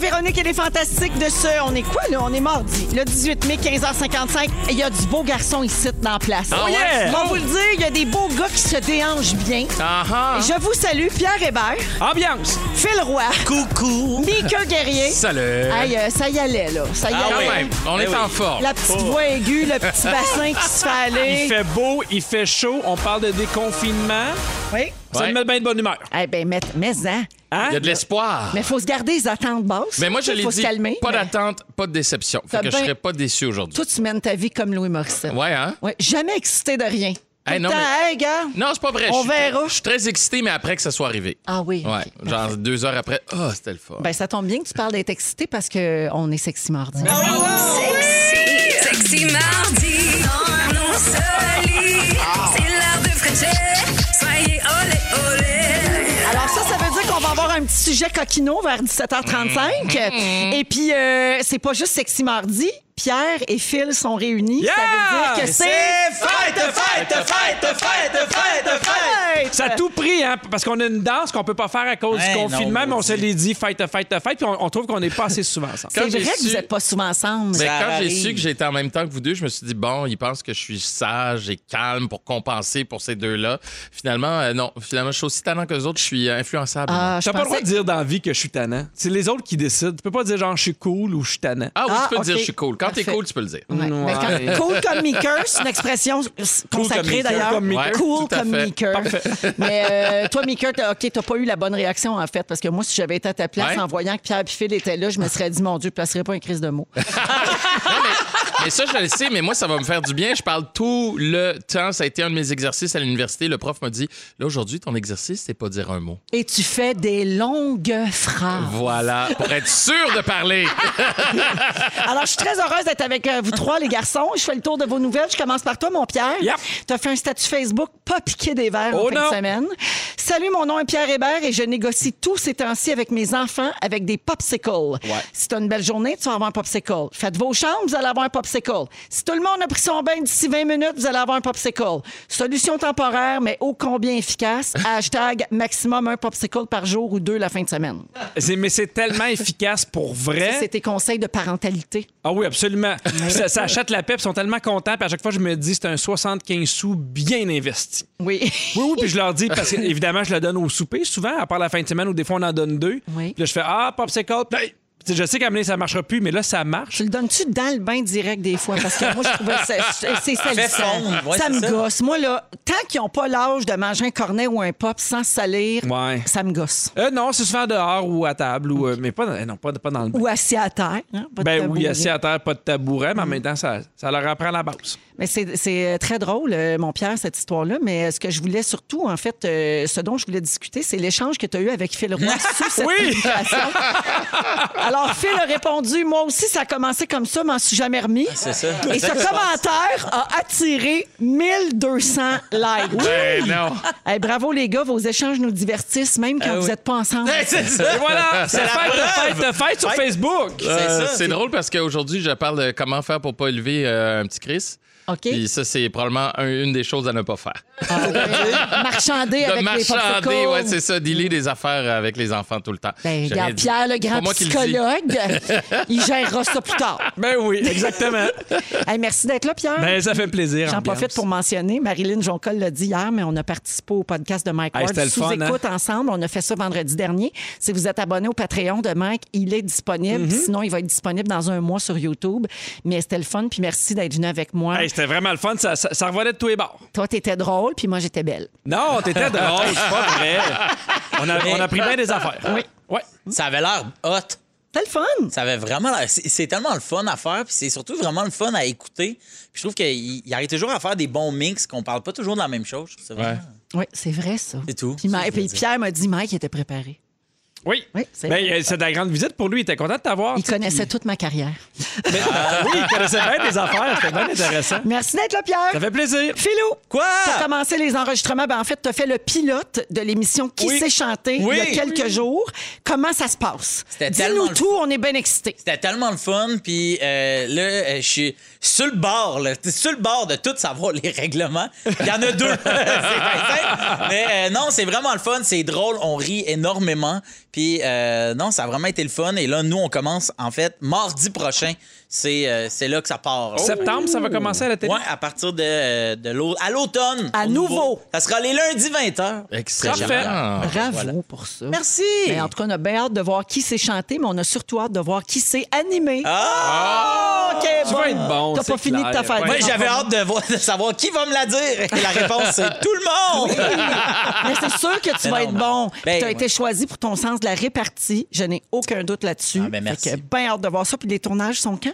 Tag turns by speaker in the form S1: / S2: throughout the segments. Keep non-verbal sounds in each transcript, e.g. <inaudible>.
S1: Véronique et les Fantastiques de ce. On est quoi, là? On est mardi. Le 18 mai, 15h55. Il y a du beau garçon ici dans la place.
S2: Ah ouais?
S1: On va vous le dire, il y a des beaux gars qui se déhanchent bien.
S2: Ah ah.
S1: Je vous salue, Pierre Hébert,
S3: Ambiance!
S1: Phil
S2: <laughs>
S1: Roy,
S2: Coucou.
S1: Mika Guerrier.
S2: Salut.
S1: Aïe, euh, ça y allait, là. Ça y
S2: Ah
S1: allait.
S2: ouais, Oh. on est
S3: Eh oui.
S2: en forme.
S1: La petite voix aiguë, le
S2: <laughs>
S1: petit bassin qui se fait aller.
S3: Il fait beau, il fait chaud, on parle de déconfinement.
S1: Oui.
S3: Ça
S2: Ouais.
S3: me met bien de bonne humeur.
S1: Eh bien, mais, mais, hein.
S3: Hein?
S2: Il y a de l'espoir.
S1: Mais faut se garder les attentes basses.
S2: Mais moi, je
S1: Il
S2: l'ai
S1: faut
S2: dit,
S1: se calmer.
S2: pas
S1: mais
S2: d'attente, pas de déception. Fait
S1: T'as
S2: que je
S1: bien-
S2: serais pas déçu aujourd'hui.
S1: Toi, tu mènes ta vie comme Louis Morissette.
S2: Ouais, hein?
S1: Ouais, jamais excité de rien. Tout le
S2: non,
S1: temps,
S2: mais-
S1: hey, gars.
S2: Non, c'est pas vrai.
S1: On
S2: je suis-
S1: verra.
S2: Je suis très excité, mais après que ça soit arrivé.
S1: Ah oui,
S2: Ouais,
S1: ok,
S2: genre deux heures après, ah, c'était le fun.
S1: Ben, ça tombe bien que tu parles d'être excité parce qu'on est sexy mardi.
S4: Sexy mardi dans nos solis. C'est l'heure de frécher. Soyez olé olé.
S1: Alors ça, ça veut dire qu'on va avoir un petit sujet coquino vers 17h35. Et puis, euh, c'est pas juste sexy mardi. Pierre et Phil sont réunis.
S3: Yeah!
S1: Ça veut dire que c'est...
S3: fête, fête, fête, fête, fête,
S1: fête!
S3: Ça a tout pris, hein, parce qu'on a une danse qu'on peut pas faire à cause
S2: Ben
S5: Ouais,
S3: du confinement,
S5: non,
S3: mais on se l'est dit, fête, fête, fête, puis on, on trouve qu'on n'est pas assez souvent
S1: <laughs>
S3: ensemble.
S1: C'est
S2: Quand
S1: vrai
S2: j'ai
S1: que vous
S2: su-
S1: n'êtes pas souvent ensemble. Ah,
S2: Mais
S5: Ça
S2: quand j'ai
S5: arrive.
S2: su que j'étais en même temps que vous deux, je me suis dit, bon, ils pensent que je suis sage et calme pour compenser pour ces deux-là. Finalement, euh, non. Finalement, je suis aussi talent que les autres, je suis euh, influençable.
S1: Ah, je
S3: T'as pas le droit
S1: pensais-
S3: de dire dans la vie que je suis tannant. C'est les autres qui décident. Tu peux pas dire genre je suis cool ou je suis tannant.
S2: Ah oui,
S1: Ah,
S2: tu peux
S1: ok.
S2: le dire, je suis cool. Quand t'es
S1: Parfait.
S2: cool, tu peux le dire.
S1: Ouais.
S3: Ouais.
S1: Ben, quand- cool comme Meeker, c'est une expression s-
S3: Cool comme
S1: consacrée
S3: Meeker,
S1: d'ailleurs.
S3: comme Meeker.
S1: Cool
S2: Ouais, tout à
S1: comme
S2: fait.
S1: Meeker. <laughs> Mais euh, toi, Meeker, t'as, OK, t'as pas eu la bonne réaction en fait, parce que moi, si j'avais été à ta place
S2: Ouais.
S1: en voyant que Pierre Buffet était là, je me serais dit, mon Dieu, je placerais pas un crise de mots.
S2: Mais ça, je le sais, mais moi, ça va me faire du bien. Je parle tout le temps. Ça a été un de mes exercices à l'université. Le prof m'a dit, là, aujourd'hui, ton exercice, c'est pas dire un mot.
S1: Et tu fais des longues phrases.
S2: Ah. Voilà, pour être sûr de <laughs> parler.
S1: Alors, je suis très heureuse d'être avec euh, vous trois, les garçons. Je fais le tour de vos nouvelles. Je commence par toi, mon Pierre.
S3: Yep.
S1: Tu as fait un statut Facebook, pas piqué des verres
S3: Oh
S1: en fin
S3: non.
S1: de semaine. Salut, mon nom est Pierre Hébert et je négocie tous ces temps-ci avec mes enfants avec des popsicles. Si tu une belle journée, tu vas avoir un popsicle. Faites vos chambres, vous allez avoir un popsicle. Si tout le monde a pris son bain d'ici 20 minutes, vous allez avoir un popsicle. Solution temporaire, mais ô combien
S3: <laughs>
S1: efficace. Hashtag maximum un popsicle par jour ou deux la fin de semaine.
S3: C'est- Mais c'est tellement <laughs> efficace pour
S1: Ça,
S3: vrai.
S1: C'est tes conseils de parentalité.
S3: Ah oui, absolument. Puis ça, ça achète la paix, puis ils sont tellement contents. Puis à chaque fois, je me dis, c'est un 75 sous bien investi.
S1: <laughs> Oui.
S3: Oui, oui, puis je leur dis, parce que évidemment, je le donne au souper souvent, à part la fin de semaine, ou des fois, on en donne deux.
S1: Oui.
S3: Puis là, je fais, ah, popsicle. Puis Je sais qu'à mener, ça marchera plus, mais là, ça marche.
S1: Tu le donnes-tu dans le bain direct des fois? Parce que moi, je trouvais ça, c'est salissant.
S5: fondre, ouais,
S1: ça
S5: c'est
S1: me
S5: ça.
S1: gosse. Moi, là, tant qu'ils n'ont pas l'âge de manger un cornet ou un pop sans salir,
S3: Ouais.
S1: ça me gosse.
S3: Euh, non, c'est souvent dehors ou à table, ou, euh, mais pas dans, eh non, pas, pas dans le bain.
S1: Ou assis à terre. hein, pas de
S3: Ben
S1: tabouret. Mm.
S3: oui, assis à terre, pas de tabouret, mais en même temps, ça, ça leur apprend la base.
S1: Mais c'est, c'est très drôle, euh, mon Pierre, cette histoire-là. Mais euh, ce que je voulais surtout, en fait, euh, ce dont je voulais discuter, c'est l'échange que tu as eu avec Phil
S2: <laughs>
S1: Roy sous cette
S3: Oui.
S1: publication. Alors, Phil a répondu Moi aussi, ça a commencé comme ça, m'en suis jamais remis.
S5: Ah, c'est ça.
S1: Et
S5: C'est
S1: ce
S5: ça que je pense.
S1: commentaire a attiré 1200 likes.
S2: Ben non.
S1: Hey, bravo les gars, vos échanges nous divertissent même quand
S5: Ah
S1: vous
S5: oui.
S1: n'êtes pas ensemble. <laughs>
S2: c'est
S3: Et voilà, c'est
S5: la
S3: fête de fête
S5: preuve.
S3: de fête sur
S5: Fête.
S3: Facebook.
S2: Euh,
S5: ça.
S2: c'est drôle parce qu'aujourd'hui, je parle de comment faire pour pas élever euh, un petit Chris.
S1: OK.
S2: Puis ça, c'est probablement un- une des choses à ne pas faire.
S1: Ah ouais. Marchander
S2: De
S1: avec les
S2: marchander,
S1: popsicles.
S2: ouais, c'est ça, dealer des affaires avec les enfants tout le temps.
S1: Ben,
S2: J'ai rien
S1: regarde,
S2: dit.
S1: Pierre, le
S2: Pas
S1: grand
S2: moi qui le dis.
S1: psychologue, euh, il gérera ça plus tard.
S3: Ben
S1: <laughs>
S3: oui, exactement.
S1: Hey, merci d'être là, Pierre.
S3: ben, ça fait plaisir.
S1: J'en
S3: ambiance.
S1: profite pour mentionner, Marilyn Joncal l'a dit hier, mais on a participé au podcast de Mike
S3: Hey,
S1: Ward
S3: c'était le
S1: sous
S3: fun,
S1: écoute ensemble. On a fait ça vendredi dernier. Si vous êtes abonné au Patreon de Mike, il est disponible. Sinon, il va être disponible dans un mois sur YouTube. Mais c'était le fun, puis merci d'être venu avec moi.
S3: Hey, c'était vraiment le fun, ça, ça, ça revolait de tous les bords.
S1: Toi, t'étais drôle, puis moi, j'étais belle.
S3: Non, t'étais drôle, c'est pas
S1: <laughs>
S3: vrai. On a, on a pris bien des affaires. Oui. Ouais.
S5: Ça avait l'air hot.
S1: C'était le fun!
S5: Ça avait vraiment l'air- C'est c'est tellement le fun à faire, puis c'est surtout vraiment le fun à écouter. Puis je trouve qu'il il arrive toujours à faire des bons mix, qu'on parle pas toujours de la même chose. Je trouve ça vraiment-
S1: Oui, c'est vrai, ça.
S5: C'est tout.
S1: Puis,
S5: C'est
S1: Ma-
S5: ce que je
S1: puis
S5: veux dire.
S1: Pierre m'a dit, Mike, il était préparé.
S3: Oui.
S1: Oui, c'est
S3: Ben, euh,
S1: vrai.
S3: c'est de la grande visite pour lui. Il était content de t'avoir.
S1: Il connaissait toute ma carrière.
S3: Mais- oui, il connaissait bien tes affaires. C'était bien intéressant.
S1: Merci d'être là, Pierre.
S3: Ça fait plaisir.
S1: Philou!
S5: Quoi?
S1: T'as commencé les enregistrements. Ben, en fait, t'as fait le pilote de l'émission Qui
S5: Oui.
S1: s'est chanté
S5: Oui.
S1: il y a quelques jours. Comment ça se passe?
S5: C'était tellement
S1: Dis-nous
S5: le-
S1: tout, on est bien excités.
S5: C'était tellement le fun, puis euh, là, euh, je suis sur le bord, là, T'es sur le bord de tout savoir les règlements. Il y en <laughs> a deux. C'est pas simple. Mais euh, non, c'est vraiment le fun, c'est drôle, on rit énormément. Puis euh, non, ça a vraiment été le fun. Et là, nous, on commence, en fait, mardi prochain. C'est euh, c'est là que ça part. là.
S3: Septembre, ça va commencer à la télé.
S5: Ouais, à partir de, euh, de l'au- à l'automne.
S1: À
S5: Au
S1: nouveau.
S5: Ça sera les lundis 20h.
S2: Excellent. Ah.
S1: Bravo pour ça.
S5: Merci.
S1: Mais en tout cas, on a bien hâte de voir qui s'est chanté, mais on a surtout hâte de voir qui s'est animé.
S5: Ah!
S1: OK,
S3: Tu vas être bon,
S1: T'as
S3: c'est
S1: pas fini de
S3: clair.
S1: ta fête.
S5: Moi,
S3: Ouais,
S5: j'avais hâte de, voir- de savoir qui va me la dire. Et la réponse, c'est tout le monde.
S1: Mais c'est sûr
S5: <laughs>
S1: que tu
S5: Mais
S1: vas
S5: non,
S1: être
S5: mais-
S1: bon.
S5: Ben,
S1: tu as
S5: ouais.
S1: été choisi pour ton sens de la répartie. Je n'ai aucun doute là-dessus.
S5: Ah, ben, merci.
S1: Fait que ben hâte de voir ça. Puis les tournages sont quand?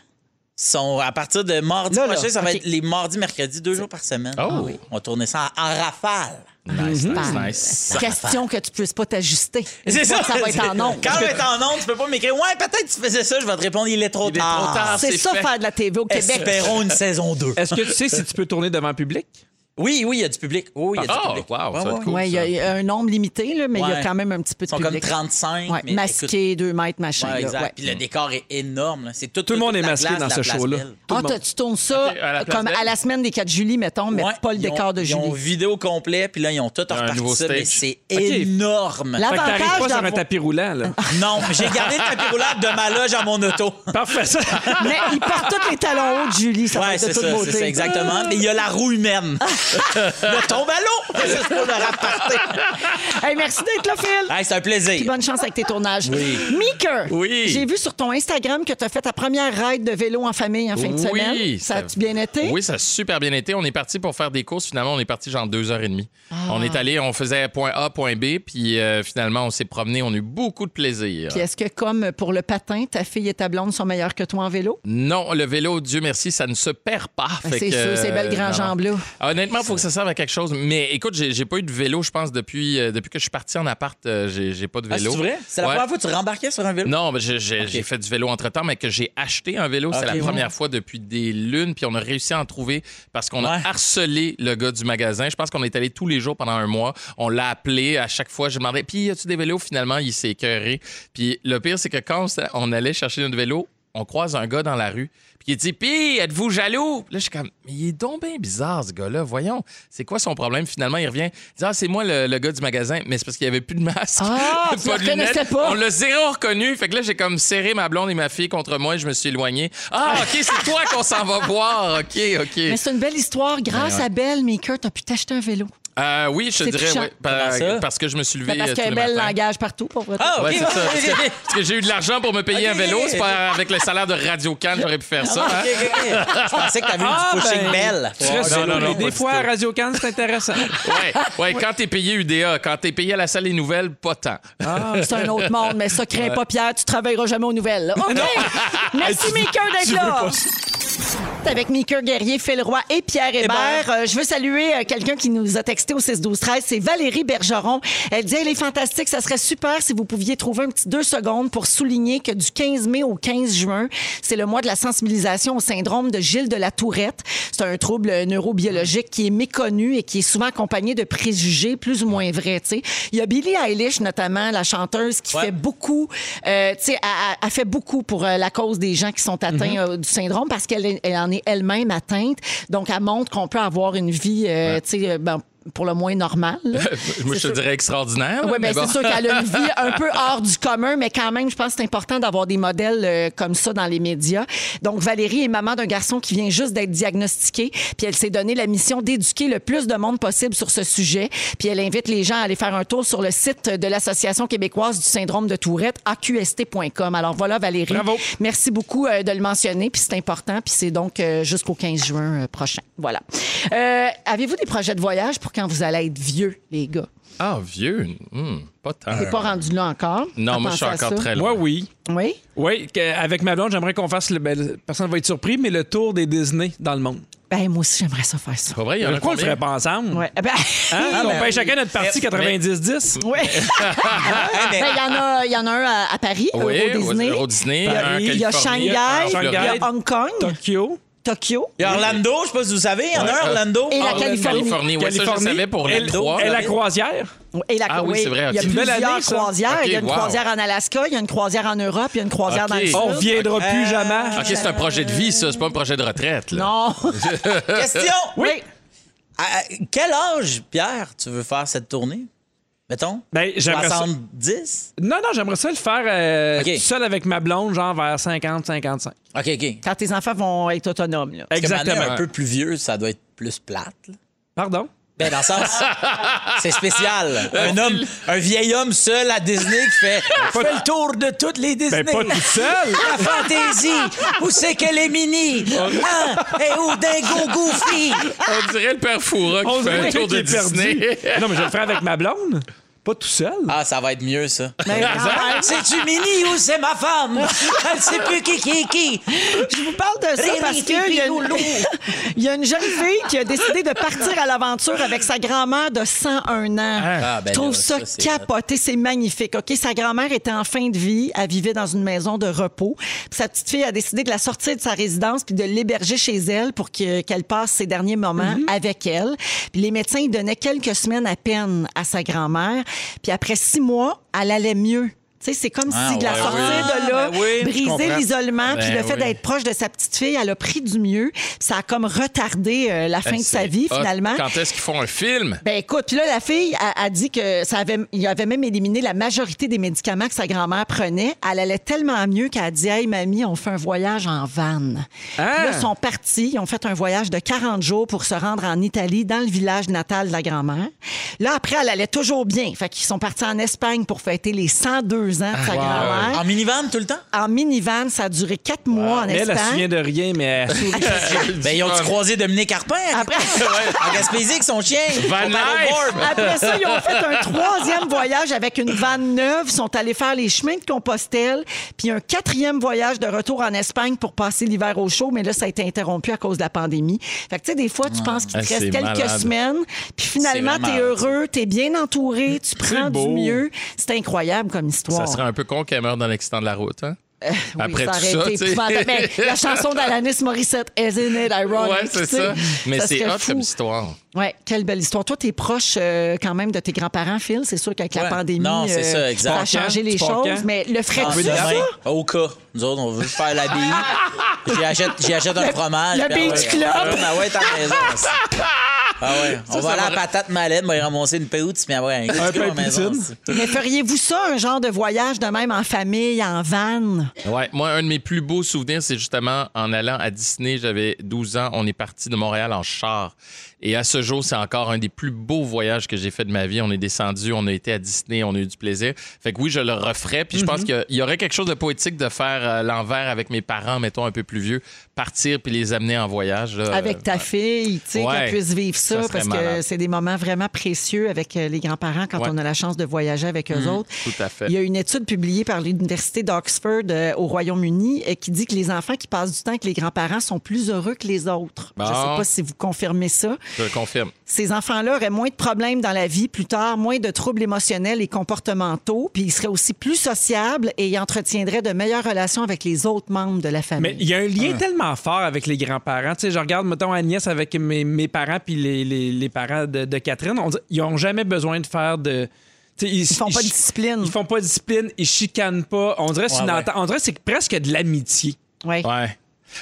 S5: sont à partir de mardi
S1: Là, là,
S5: prochain, ça va
S1: OK.
S5: être les mardis, mercredis, deux jours par semaine.
S2: Oh. Ah oui.
S5: On tournait ça en, en rafale.
S2: Nice, nice, nice.
S1: Question que tu puisses pas t'ajuster. Une
S5: C'est
S1: fois que Ça va être en ondes.
S5: Quand on est en ondes, tu peux pas m'écrire Ouais, peut-être tu faisais ça, je vais te répondre, il est trop
S2: Il est
S5: tard.
S2: trop tard.
S1: C'est
S2: c'est
S1: ça,
S2: fait.
S1: faire de la TV au Québec.
S5: ah, Espérons une saison 2.
S3: Est-ce que tu sais si tu peux tourner devant public?
S5: Oui, oui, il y a du public. Oui, oui, il y a du
S2: Oh,
S5: public.
S2: wow,
S5: Ouais,
S2: ça va
S5: ouais,
S2: être
S5: ouais.
S2: cool.
S1: Oui, il y a- il y a un nombre limité, là, mais il y a
S5: Ouais.
S1: quand même un petit peu
S5: Ils
S1: de
S5: sont
S1: public.
S5: comme 35.
S1: Ouais,
S5: mais écoute,
S1: masqué, deux mètres, machin.
S5: ouais,
S1: là,
S5: exact.
S1: ouais.
S5: Puis le décor est énorme. là. C'est tout,
S3: Tout le monde
S5: toute
S3: est
S5: la
S3: masqué
S5: place
S3: dans
S5: de
S3: ce
S5: la place
S3: show-là.
S5: Belle.
S1: Ah, t'as- tu tournes ça
S2: Ok, à la place
S1: comme à
S2: d'elle.
S1: la semaine des 4 Julie, mettons, mais
S5: Ouais,
S1: pas le
S5: ils ont-
S1: décor de
S5: Ils ont
S1: Julie.
S5: vidéo complet, puis là, ils ont tout
S2: un
S5: reparti
S2: nouveau
S5: ça, mais
S2: stage.
S5: c'est
S3: OK.
S5: énorme.
S1: La-
S3: Fait que t'arrives pas
S1: Avantage
S3: sur un
S1: d'avoir-
S3: tapis roulant,
S1: <laughs>
S3: là.
S5: Non, j'ai gardé le tapis roulant de ma loge à mon auto.
S1: <laughs>
S3: Parfait, ça.
S1: Mais ils portent tous les talons hauts de Julie, ça va
S5: Ouais,
S1: être de
S5: c'est
S1: toute
S5: ça,
S1: beauté.
S5: c'est ça, exactement. Mais il y a la roue humaine. Le tombe à l'eau! Ça, <laughs> C'est pour le rapporter.
S1: Hey, merci d'être là, Phil.
S5: Hey, c'est un
S1: Puis
S5: plaisir.
S1: bonne chance avec tes tournages.
S5: Oui.
S1: Meeker,
S2: Oui.
S1: j'ai vu sur ton Instagram que tu as fait ta première ride de vélo en famille en fin de semaine. ça a-tu bien été?
S2: Oui, ça a super bien été. On est parti pour faire des courses. Finalement, on est parti genre deux heures et demie.
S1: Ah.
S2: On est allé, on faisait point A, point B, puis euh, finalement, on s'est promené. On a eu beaucoup de plaisir.
S1: Puis est-ce que, comme pour le patin, ta fille et ta blonde sont meilleures que toi en vélo?
S2: Non, le vélo, Dieu merci, ça ne se perd pas.
S1: Ben,
S2: Fait
S1: c'est
S2: que,
S1: sûr, ces belles
S2: euh,
S1: grands
S2: non, non.
S1: jambes-là.
S2: Honnêtement, il faut que ça serve à quelque chose. Mais écoute, j'ai j'ai pas eu de vélo, je pense, depuis, euh, depuis que je suis parti en appart, euh, j'ai j'ai pas de
S5: Ah, c'est
S2: vélo.
S5: vrai? C'est la
S2: Ouais.
S5: première fois que tu rembarquais sur un vélo?
S2: Non, mais j'ai j'ai-
S5: Ok.
S2: j'ai fait du vélo entre-temps, mais que j'ai acheté un vélo, c'est
S5: Ok,
S2: la
S5: ouais.
S2: première fois depuis des lunes, puis on a réussi à en trouver parce qu'on a
S5: Ouais.
S2: harcelé le gars du magasin. Je pense qu'on est allé tous les jours pendant un mois. On l'a appelé à chaque fois. Je demandais, puis y a-tu des vélos? Finalement, il s'est écœuré. Puis le pire, c'est que quand on s'est- on allait chercher notre vélo, on croise un gars dans la rue, puis il dit Pis, êtes-vous jaloux? Puis Là, je suis comme Mais il est donc bien bizarre, ce gars-là. Voyons, c'est quoi son problème? Finalement, il revient. Il dit Ah, c'est moi le, le gars du magasin, mais c'est parce qu'il n'y avait plus de masque.
S1: Ah, tu le
S2: <laughs> pas de
S1: reconnaissais
S2: lunettes.
S1: pas.
S2: On l'a zéro reconnu. Fait que là, j'ai comme serré ma blonde et ma fille contre moi et je me suis éloigné. Ah, OK, c'est toi qu'on s'en va voir. OK,
S1: Mais
S2: OK.
S1: c'est une belle histoire. Grâce à Belle, Meeker, t'as pu t'acheter un vélo.
S2: Euh, oui, je te
S1: C'est
S2: dirais,
S1: touchant.
S2: ouais, par-
S5: Comment ça?
S2: parce que je me suis levé.
S1: Ben, parce
S2: euh,
S1: qu'il y a
S2: tous
S1: un
S2: les
S1: bel
S2: matins.
S1: langage partout pour vrai.
S5: Ah, OK.
S2: Ouais, c'est ça.
S5: <laughs> ouais,
S2: Parce que, parce que j'ai eu de l'argent pour me payer
S5: Ok.
S2: un vélo. C'est pas avec le salaire de Radio Cannes, j'aurais pu faire ça. hein.
S1: Ah,
S5: Ah, OK, OK, OK. Je pensais que t'avais
S3: Ah,
S5: eu du pushing
S3: ben,
S5: belle.
S3: Tu ferais ça,
S2: non, non,
S3: mais
S2: non, pas
S3: des
S2: du
S3: fois, à
S2: tout.
S3: Radio Cannes, c'est
S5: <laughs>
S3: intéressant.
S2: Ouais, ouais, quand t'es payé UDA, quand t'es payé à la salle des nouvelles, pas tant.
S1: Ah,
S2: <laughs>
S1: C'est un autre monde, mais ça craint pas, Pierre. Tu travailleras jamais aux nouvelles. là. OK! <laughs> Merci, Meeker, d'être là. C'est Avec Meeker Guerrier, Phil Roy et Pierre Hébert. Euh, je veux saluer euh, quelqu'un qui nous a texté au 6-12-13. C'est Valérie Bergeron. Elle dit Elle est fantastique. Ça serait super si vous pouviez trouver un petit deux secondes pour souligner que du 15 mai au 15 juin, c'est le mois de la sensibilisation au syndrome de Gilles de la Tourette. C'est un trouble neurobiologique qui est méconnu et qui est souvent accompagné de préjugés plus ou moins vrais. tu sais. Il y a Billie Eilish, notamment, la chanteuse, qui
S5: Ouais.
S1: fait beaucoup, euh, tu sais, a, a- a fait beaucoup pour euh, la cause des gens qui sont atteints
S2: Mhm.
S1: euh, du syndrome parce qu'elle est- elle en est elle-même atteinte. Donc, elle montre qu'on peut avoir une vie, euh, tu sais, euh, ben, pour le moins normale. là.
S2: <laughs>
S1: C'est
S2: Moi, je te
S1: sûr-
S2: dirais extraordinaire.
S1: Oui,
S2: mais
S1: bien,
S2: bon.
S1: c'est sûr qu'elle a une vie un peu hors du commun, mais quand même, je pense que c'est important d'avoir des modèles euh, comme ça dans les médias. Donc, Valérie est maman d'un garçon qui vient juste d'être diagnostiqué, puis elle s'est donné la mission d'éduquer le plus de monde possible sur ce sujet, puis elle invite les gens à aller faire un tour sur le site de l'Association québécoise du syndrome de Tourette, aqst.com. Alors, voilà, Valérie.
S3: Bravo.
S1: Merci beaucoup euh, de le mentionner, puis c'est important, puis c'est donc euh, jusqu'au 15 juin euh, prochain. Voilà. Euh, Avez-vous des projets de voyage pour quand vous allez être vieux, les gars?
S2: Ah, vieux. Hmm, pas tant.
S1: T'es pas rendu là encore.
S2: Non,
S1: À
S2: moi, je suis
S1: penser à
S2: encore
S1: ça.
S2: très loin.
S3: Moi, oui.
S1: Oui.
S3: Oui, que- avec ma blonde, j'aimerais qu'on fasse, le, ben, personne va être surpris, mais le tour des Disney dans le monde.
S1: Ben, moi aussi, j'aimerais ça faire ça.
S2: Pas vrai, il y en a
S3: Pourquoi on le
S2: combien?
S3: ferait pas ensemble?
S1: Ouais. Eh Ben,
S3: Hein?
S1: <laughs> Ah,
S3: on
S1: ben,
S3: paye chacun notre partie 90-10.
S2: <laughs>
S1: oui. Ben, il y en a- il y en a un à, à Paris,
S2: Oui,
S1: Euro Disney.
S2: Euro Disney.
S1: Paris.
S2: un en
S1: Il y a
S2: Californie,
S1: Shanghai,
S2: un en
S1: il y
S2: Floride.
S1: a Hong Kong,
S3: Tokyo.
S1: Tokyo.
S5: Il y a Orlando, je sais pas si vous savez. Il y en a un, Orlando.
S1: Et la
S5: Ah,
S2: Ah,
S1: Californie.
S2: ouais, ça, je le
S3: Californie.
S2: savais pour les
S3: Elle-
S2: trois.
S3: Et
S5: là.
S3: la croisière.
S1: Et la
S2: Ah oui, c'est vrai,
S1: Il y a
S2: ok. Une
S1: plusieurs
S3: belle année, ça.
S1: croisières. il y a une
S2: Ok, wow.
S1: croisière en Alaska, il y a une croisière en Europe, il y a une croisière
S2: Ok. Oh,
S1: dans
S3: On
S1: le sud.
S3: reviendra plus jamais.
S2: OK, c'est un projet de vie, ça. C'est pas un projet de retraite. Là. <laughs>
S1: Non.
S5: Question!
S1: oui.
S5: <laughs> À- à quel âge, Pierre, tu veux faire cette tournée? Mettons?
S3: Ben, j'aimerais ça-
S5: 70?
S3: Non, non, j'aimerais ça le faire euh,
S5: OK.
S3: tout seul avec ma blonde, genre vers 50, 55.
S5: OK, OK.
S1: Quand tes enfants vont être autonomes. là.
S5: Parce que maintenant,
S3: Exactement.
S5: un peu plus vieux, ça doit être plus plate. là.
S3: Pardon?
S5: Ben, dans le sens, c'est spécial. Un homme, un vieil homme seul à Disney qui fait fais le tour de toutes les Disney.
S3: Ben, pas tout <laughs> seul!
S5: <laughs> La fantaisie, où c'est qu'elle est mini? Hein? Et où Dingo Goofy?
S2: On dirait le père Foura qui fait un
S3: dirait
S2: tour
S3: qu'il
S2: de
S3: est perdu.
S2: Disney.
S3: non, mais je vais le ferai avec ma blonde. Pas tout seul.
S5: Ah, ça va être mieux, ça.
S1: Mais quand même,
S5: C'est-tu mini ou c'est ma femme? Elle sait plus qui qui est qui.
S1: je vous parle de ça
S5: Riri,
S1: parce qu'il y, a
S5: Pipi,
S1: une-
S5: Loulou.
S1: <laughs> il y a une jeune fille qui a décidé de partir à l'aventure avec sa grand-mère de 101 ans.
S5: Ah, ben
S1: je trouve
S5: là,
S1: ça,
S5: ça, c'est
S1: capoté, c'est magnifique. OK, sa grand-mère était en fin de vie, elle vivait dans une maison de repos. Puis sa petite fille a décidé de la sortir de sa résidence puis de l'héberger chez elle pour que- qu'elle passe ses derniers moments avec elle. Puis les médecins ils donnaient quelques semaines à peine à sa grand-mère, puis après six mois, elle allait mieux. Tu sais, c'est comme
S5: Ah,
S1: si de la
S5: ouais,
S1: sortir
S5: oui.
S1: de là,
S5: Ah, ben oui, je
S1: briser
S5: comprends.
S1: l'isolement, puis
S2: Ben
S1: le fait
S2: oui.
S1: d'être proche de sa petite fille, elle a pris du mieux. Puis Ça a comme retardé euh,
S5: Ben,
S1: la fin de sa vie,
S2: Ah,
S1: finalement.
S2: Quand est-ce qu'ils font un film?
S1: Ben écoute, puis là, la fille a, a dit que ça avait, il avait même éliminé la majorité des médicaments que sa grand-mère prenait. Elle allait tellement mieux qu'elle a dit Hey, mamie, on fait un voyage en van.
S3: Ah!
S1: Puis Là, ils sont partis. Ils ont fait un voyage de 40 jours pour se rendre en Italie, dans le village natal de la grand-mère. Là, après, elle allait toujours bien. Fait qu'ils sont partis en Espagne pour fêter les 102 ans
S3: Ah,
S1: de sa grand-mère.
S5: En minivan tout le temps?
S1: En minivan, ça a duré quatre mois en
S3: Mais elle, elle se
S1: Espagne.
S3: souvient de rien, mais elle sourit.
S5: Ben, ils ont-tu croisé Dominique Carpin?
S1: Après-
S5: <laughs> En Gaspésie avec son chien.
S2: Van
S5: On parle au
S2: Life.
S5: board.
S1: Après ça, ils ont fait un troisième voyage avec une vanne neuve. Ils sont allés faire les chemins de Compostelle. Puis un quatrième voyage de retour en Espagne pour passer l'hiver au chaud. Mais là, ça a été interrompu à cause de la pandémie. Fait que, tu sais, des fois, tu penses qu'il
S2: Ah,
S1: te
S2: c'est
S1: reste quelques
S2: malade.
S1: semaines. Puis finalement,
S5: C'est vraiment
S1: t'es heureux, t'es bien entouré, tu prends
S3: beau.
S1: du mieux. C'est incroyable comme histoire. Euh,
S2: Ça serait un peu con qu'elle meure dans l'accident de la route. Hein?
S1: Oui,
S2: Après tout
S1: aurait
S2: ça,
S1: été
S2: tu sais.
S1: épouvantable. Mais la chanson d'Alanis Morissette, Isn't it ironic?
S2: Ouais, c'est
S1: tu sais,
S2: ça. Mais
S1: ça
S2: c'est
S1: serait
S2: hot
S1: fou.
S2: comme histoire.
S1: Ouais, quelle belle histoire. Toi, t'es proche euh, quand même de tes grands-parents, Phil. C'est sûr qu'avec la
S5: Ouais.
S1: pandémie, euh,
S5: Non, c'est ça, exact.
S1: a changé
S3: Tu
S1: les
S3: pars quand?
S1: choses. Mais le
S5: Ah,
S1: ferais-tu,
S5: c'est
S1: ça?
S5: demain. Au cas. Nous autres, on veut faire la bille. J'y achète, j'y achète un fromage.
S1: le
S5: puis ah
S1: Beach
S5: ouais,
S1: Club.
S5: on retourne, Ah ouais, t'as raison. aussi. Ah ouais. On va
S2: ça
S5: aller
S2: va-
S5: à la patate malade, on va y ramasser une pelouse, mais ouais, un,
S3: Un
S5: petit peu
S3: pain
S5: en maison.
S3: poutine.
S5: aussi.
S1: Mais feriez-vous ça, un genre de voyage de même en famille, en van?
S2: Ouais, moi, un de mes plus beaux souvenirs, c'est justement en allant à Disney. J'avais 12 ans. On est parti de Montréal en char. Et à ce jour, c'est encore un des plus beaux voyages que j'ai fait de ma vie. On est descendu, on a été à Disney, on a eu du plaisir. Fait que oui, je le referais. Puis je
S1: Mhm.
S2: pense qu'il y a- il y aurait quelque chose de poétique de faire euh, l'envers avec mes parents, mettons un peu plus vieux, partir puis les amener en voyage. là. Euh,
S1: Avec ta fille, tu sais,
S2: Ouais.
S1: qu'elle puisse vivre ça,
S2: Ça serait
S1: parce que
S2: malade.
S1: c'est des moments vraiment précieux avec euh, les grands-parents quand
S2: Ouais. Mhm.
S1: on a la chance de voyager avec eux autres.
S2: tout à fait.
S1: Il y a une étude publiée par l'Université d'Oxford euh, au Royaume-Uni euh, qui dit que les enfants qui passent du temps avec les grands-parents sont plus heureux que les autres. Je ne sais
S2: Bon.
S1: pas si vous confirmez ça.
S2: Je le confirme.
S1: ces enfants-là auraient moins de problèmes dans la vie plus tard, moins de troubles émotionnels et comportementaux, puis ils seraient aussi plus sociables et ils entretiendraient de meilleures relations avec les autres membres de la
S3: Mais
S1: famille.
S3: il y a un
S1: Ah.
S3: lien tellement fort avec les grands-parents. Tu sais, je regarde, mettons, Agnès avec mes, mes parents puis les, les- les parents de, de Catherine. On dit- ils n'ont jamais besoin de faire de... tu sais, Ils,
S1: Ils font pas de discipline.
S3: Ils font pas de discipline, ils chicanent pas. On dirait, que c'est
S5: Ouais,
S3: une
S5: ouais.
S3: entente- on dirait que c'est presque de l'amitié.
S1: Ouais.
S2: <laughs> Ouais.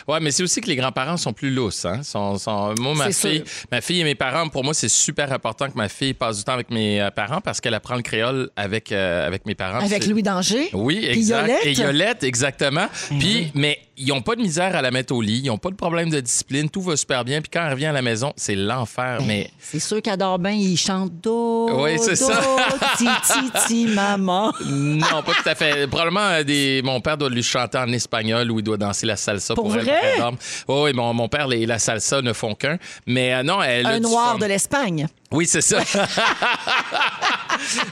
S2: Ouais, mais c'est aussi que les grands-parents sont plus lousses. Hein? Sont, sont- Moi, ma
S1: C'est
S2: fille,
S1: sûr.
S2: ma fille et mes parents, pour moi, c'est super important que ma fille passe du temps avec mes euh, parents parce qu'elle apprend le créole avec, euh, avec mes parents.
S1: Avec
S2: C'est-
S1: Louis Danger.
S2: Oui,
S1: Puis
S2: exact.
S1: Yolette.
S2: Et Yolette, exactement. Puis, mais ils n'ont pas de misère à la mettre au lit, ils n'ont pas de problème de discipline, tout va super bien. Puis quand elle revient à la maison, c'est l'enfer.
S1: Ben.
S2: Mais
S1: C'est sûr qu'Adore bien, il chante Do.
S2: Oui, c'est
S1: do,
S2: ça.
S1: <laughs> Ti, ti, ti, maman.
S2: non, pas tout à fait. Probablement, euh, des... mon père doit lui chanter en espagnol ou il doit danser la salsa
S1: Pour
S2: pour, elle,
S1: vrai?
S2: par exemple. oui, mon, mon père et la salsa ne font qu'un. Mais euh, non, elle. a
S1: Un
S2: du
S1: noir
S2: fun.
S1: de l'Espagne.
S2: Oui, c'est ça. <laughs>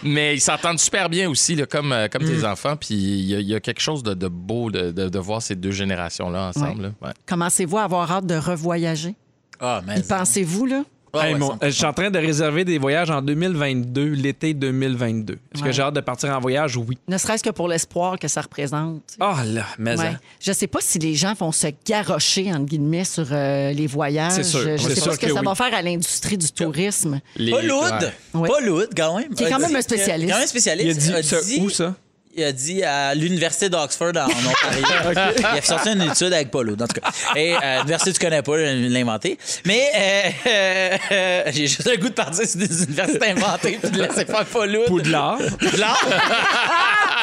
S2: Mais ils s'entendent super bien aussi, là, comme, euh, comme tes enfants. Puis il y, a- il y a quelque chose de, de beau de, de- de voir ces deux générations-là ensemble. là. Ouais.
S1: Commencez-vous à avoir hâte de revoyager?
S5: Ah, mais.
S1: Y pensez-vous, là?
S5: Ouais,
S3: Hey,
S5: ouais,
S3: mon-
S5: ça me-
S3: euh, je suis en train de réserver des voyages en 2022, l'été 2022. Est-ce
S1: Ouais.
S3: que j'ai hâte de partir en voyage? Oui.
S1: Ne serait-ce que pour l'espoir que ça représente. tu sais.
S3: Ah là, mais
S1: Ouais.
S3: hein.
S1: Je sais pas si les gens vont se garrocher, entre guillemets, sur euh, les voyages.
S3: C'est sûr.
S1: Je
S3: C'est
S1: sais pas
S3: sûr
S1: ce que,
S3: que
S1: ça
S3: oui.
S1: va faire à l'industrie du
S2: Euh,
S1: tourisme.
S2: Les-
S5: Pas lourd.
S2: ouais.
S1: Ouais.
S5: Pas lourd, quand même.
S1: Qui est quand
S5: Euh,
S1: même un
S5: dit-
S1: spécialiste.
S5: Quand même un
S3: il
S5: spécialiste. Euh, <laughs>
S3: a dit, ça, où ça?
S5: Il a dit à l'Université d'Oxford en Ontario. Il a sorti une étude avec Polo, en tout cas. Et euh, l'université, tu connais pas, je viens de l'inventer. Mais euh, euh, euh, <laughs> j'ai juste le goût de partir sur des universités inventées puis de laisser faire Polo.
S3: Poudlard.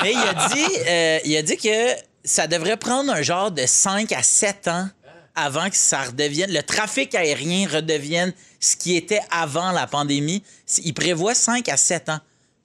S5: Mais il a dit, euh, il a dit que ça devrait prendre un genre de 5 à 7 ans avant que ça redevienne, le trafic aérien redevienne ce qui était avant la pandémie. Il prévoit 5 à 7 ans.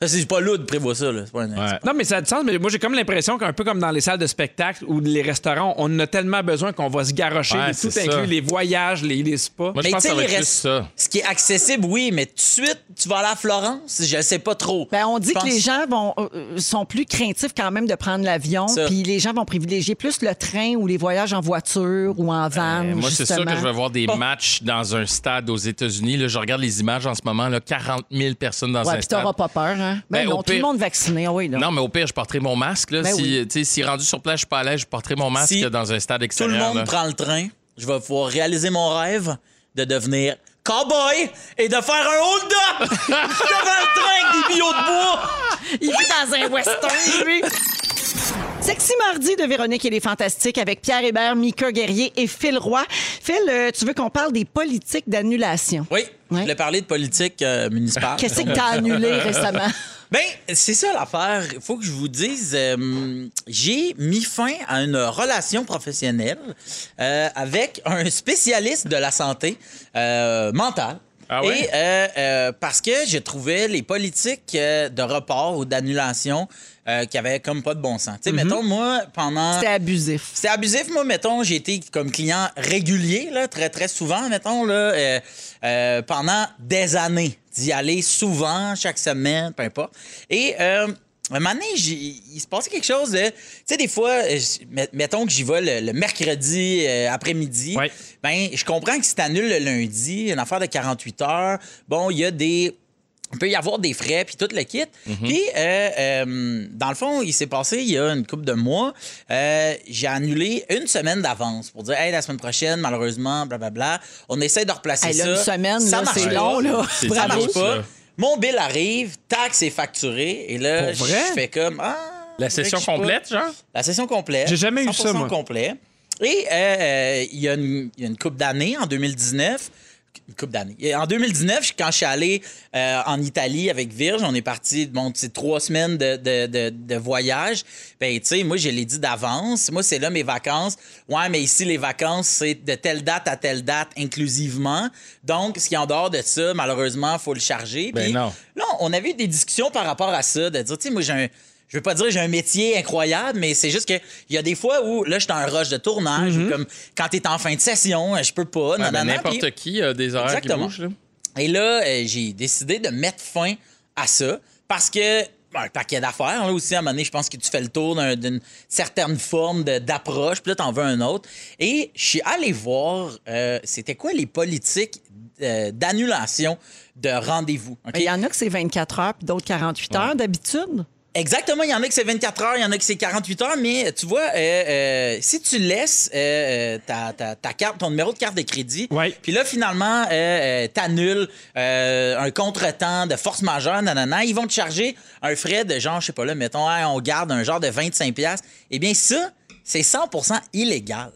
S5: Ça, C'est pas lourd de prévoir ça. là. C'est pas un-
S2: Ouais.
S3: Non, mais ça a du sens. Mais moi, j'ai comme l'impression qu'un peu comme dans les salles de spectacle ou les restaurants, on en a tellement besoin qu'on va se garocher,
S2: Ouais,
S3: les- tout
S2: c'est
S3: inclus,
S2: ça.
S3: les voyages, les, les spas.
S2: Moi, je
S5: Mais
S2: pense que
S5: tu sais,
S2: ça va
S5: les
S2: être juste
S5: restes-
S2: ça.
S5: Ce qui est accessible, oui, mais tout de suite, tu vas aller à Florence, je sais pas trop.
S1: Ben, on dit
S5: Je
S1: que les
S5: pense-
S1: gens vont, euh, euh, sont plus craintifs quand même de prendre l'avion,
S5: Ça.
S1: puis les gens vont privilégier plus le train ou les voyages en voiture ou en van.
S2: Euh, moi, c'est sûr que
S1: justement.
S2: je vais voir des matchs dans un stade aux États-Unis. Là, je regarde les images en ce moment, là, 40 000 personnes dans
S1: Ouais,
S2: un
S1: puis
S2: stade.
S1: t'auras pas peur, hein? Ben
S2: Ben,
S1: non,
S2: au
S1: tout le
S2: pire-
S1: monde vacciné, ah oui, là.
S2: Non, mais au pire, je porterai mon masque. Là,
S1: Ben
S2: si,
S1: oui.
S2: tu sais, si rendu sur place, je suis pas à l'aise, je porterai mon masque
S5: Si
S2: dans un stade
S5: Tout le
S2: extérieur.
S5: monde
S2: là.
S5: prend le train. Je vais pouvoir réaliser mon rêve de devenir cowboy et de faire un
S2: <laughs>
S5: hold-up devant le train avec des billots de bois.
S1: Il vit dans un western, lui. Sexy Mardi de Véronique et les Fantastiques avec Pierre Hébert, Mika Guerrier et Phil Roy. Phil, euh, tu veux qu'on parle des politiques d'annulation?
S5: Oui,
S1: Ouais.
S5: je voulais parler de politique euh, municipale.
S1: Qu'est-ce que t'as annulé récemment?
S5: Ben, c'est ça l'affaire. Il faut que je vous dise, euh, j'ai mis fin à une relation professionnelle euh, avec un spécialiste de la santé euh, mentale.
S2: Ah ouais?
S5: Et euh, euh, parce que je trouvais les politiques euh, de report ou d'annulation euh, qui avaient comme pas de bon sens. Tu
S2: Mm-hmm.
S5: sais, mettons, moi, pendant...
S1: C'était abusif.
S5: C'est abusif, moi, mettons, j'ai été comme client régulier, là, très, très souvent, mettons, là, euh, euh, pendant des années, d'y aller souvent, chaque semaine, peu importe. Et euh, un moment donné, j'ai- il se passait quelque chose de... Tu sais, des fois, euh, je- met- mettons que j'y vais le, le mercredi euh, après-midi,
S3: Ouais.
S5: ben je comprends que si t'annules le lundi, une affaire de 48 heures, bon, il y a des... Il peut y avoir des frais, puis tout le kit.
S2: Mhm.
S5: Puis, euh, euh, dans le fond, il s'est passé il y a une couple de mois, euh, j'ai annulé une semaine d'avance pour dire, hey, la semaine prochaine, malheureusement, blablabla. On essaie de replacer
S1: Hey, là,
S5: ça.
S1: une semaine,
S5: ça
S1: là,
S5: marche
S1: c'est
S5: pas.
S1: long, là.
S2: C'est
S5: Ça
S2: dur,
S5: marche pas.
S2: ça.
S5: Mon bill arrive, taxe est facturé, et là,
S3: Pour
S5: je
S3: vrai?
S5: fais comme, ah.
S2: La
S5: c'est vrai
S2: session
S5: que je suis pas-
S2: complète, genre?
S5: la session complète.
S3: J'ai jamais eu ça,
S5: 100%
S3: moi.
S5: complet. Et euh, euh, il y a une, il y a une coupe d'années, en 2019. Une coupe d'années. Et En 2019, je- quand je suis allé euh, en Italie avec Virge, on est parti, bon, c'est trois semaines de, de- de- de voyage. Ben, tu sais, moi, je l'ai dit d'avance. Moi, c'est là mes vacances. Ouais, mais ici, les vacances, c'est de telle date à telle date inclusivement. Donc, ce qui est en dehors de ça, malheureusement, faut le charger.
S2: Ben
S5: Puis
S2: non.
S5: Là, on avait eu des discussions par rapport à ça, de dire, tu sais, moi, j'ai un. Je veux pas dire j'ai un métier incroyable, mais c'est juste que il y a des fois où là je suis en rush de tournage
S1: Mm-hmm.
S5: ou comme quand t'es en fin de session, euh, je peux pas.
S2: Ouais,
S5: nanana,
S2: ben, N'importe
S5: puis-
S2: qui a des horaires
S5: Exactement.
S2: qui bougent. Là.
S5: et là, euh, j'ai décidé de mettre fin à ça parce que ben, un paquet d'affaires, là aussi, à un moment donné, je pense que tu fais le tour d'un- d'une certaine forme de- d'approche, puis là, t'en veux un autre. Et je suis allé voir, euh, c'était quoi les politiques euh, d'annulation de rendez-vous. OK?
S1: Mais Ben, Il y en a que c'est 24 heures, puis d'autres 48 heures d'habitude.
S5: Exactement, il y en a que c'est 24 heures, il y en a que c'est 48 heures, mais tu vois, euh, euh, si tu laisses euh, euh, ta, ta- ta carte, ton numéro de carte de crédit,
S3: Ouais.
S5: puis là, finalement, euh, euh, t'annules euh, un contretemps de force majeure, nanana, ils vont te charger un frais de genre, je sais pas là, mettons, hey, on garde un genre de 25$. piastres. Eh bien, ça, c'est 100 illégal.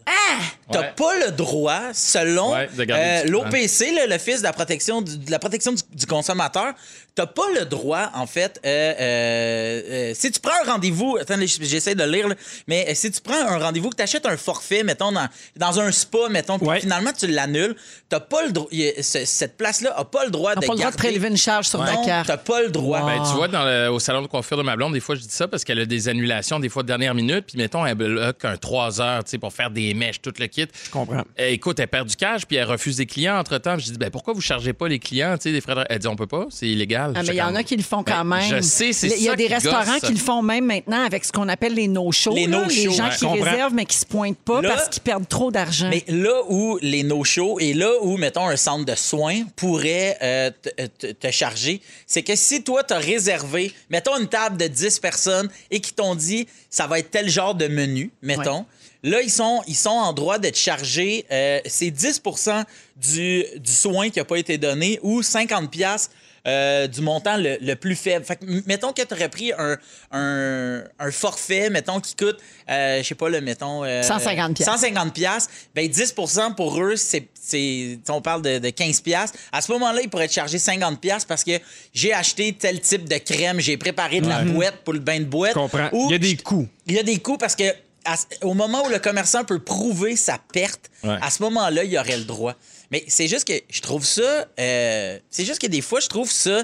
S5: T'as
S2: Ouais.
S5: pas le droit, selon
S2: Ouais, de garder
S5: euh,
S2: du-
S5: l'OPC, là, l'Office de la protection du, de la protection du, du consommateur, t'as pas le droit, en fait, euh, euh, euh, si tu prends un rendez-vous, attendez, j- j'essaie de lire, là, mais euh, si tu prends un rendez-vous, que t'achètes un forfait, mettons, dans, dans un spa, mettons, puis
S3: Ouais.
S5: finalement tu l'annules, t'as pas le droit, y a- ce- cette place-là a pas le droit
S1: T'as
S5: de
S1: pas le droit de
S5: garder-
S1: prélever une charge sur ta
S5: Non,
S1: carte.
S5: t'as pas le droit.
S2: Ben,
S3: Ah.
S2: tu vois, dans le- au salon de coiffure de ma blonde, des fois, je dis ça parce qu'elle a des annulations, des fois, de dernière minute. Puis, mettons, elle bloque un 3 heures tu sais, pour faire des mèches, tout le kit.
S3: Je comprends.
S2: Eh, écoute, elle perd du cash, puis elle refuse des clients entre-temps. Puis Je dis, ben, pourquoi vous chargez pas les clients, tu sais, des frais de... Elle dit, on peut pas, c'est illégal.
S1: Ah, mais il y en a qui le font quand
S2: Ben,
S1: même.
S2: je sais, c'est
S1: Il y a
S2: ça
S1: des
S2: qui
S1: restaurants
S2: gosse.
S1: qui le font même maintenant avec ce qu'on appelle les no-shows.
S5: Les
S1: là,
S5: no-shows,
S1: gens
S5: ouais.
S1: qui
S3: Je comprends.
S1: réservent mais qui se pointent pas
S5: Là-
S1: parce qu'ils perdent trop d'argent.
S5: Mais là où les no-shows et là où, mettons, un centre de soins pourrait euh, te- te te charger, c'est que si toi, t'as réservé, mettons, une table de 10 personnes et qu'ils t'ont dit, ça va être tel genre de menu, mettons, là, ils sont, ils sont en droit d'être chargés, euh, c'est 10 du, du soin qui n'a pas été donné ou 50 pièces euh, du montant le, le plus faible. Fait que, m- mettons que tu aurais pris un, un, un forfait, mettons, qui coûte, euh, je sais pas, le mettons. euh,
S1: 150 piastres.
S5: 150 piastres, ben 10 pour eux, c'est, c'est- on parle de, de 15 piastres. À ce moment-là, ils pourraient te charger 50 piastres parce que j'ai acheté tel type de crème, j'ai préparé de la boîte pour le bain de boîte.
S3: Je comprends.
S5: Ou
S3: Il y a des coûts.
S5: Il y a des coûts parce que à ce- au moment où le commerçant peut prouver sa perte,
S2: Ouais.
S5: à ce moment-là, il aurait le droit. Mais c'est juste que je trouve ça. euh, c'est juste que des fois, je trouve ça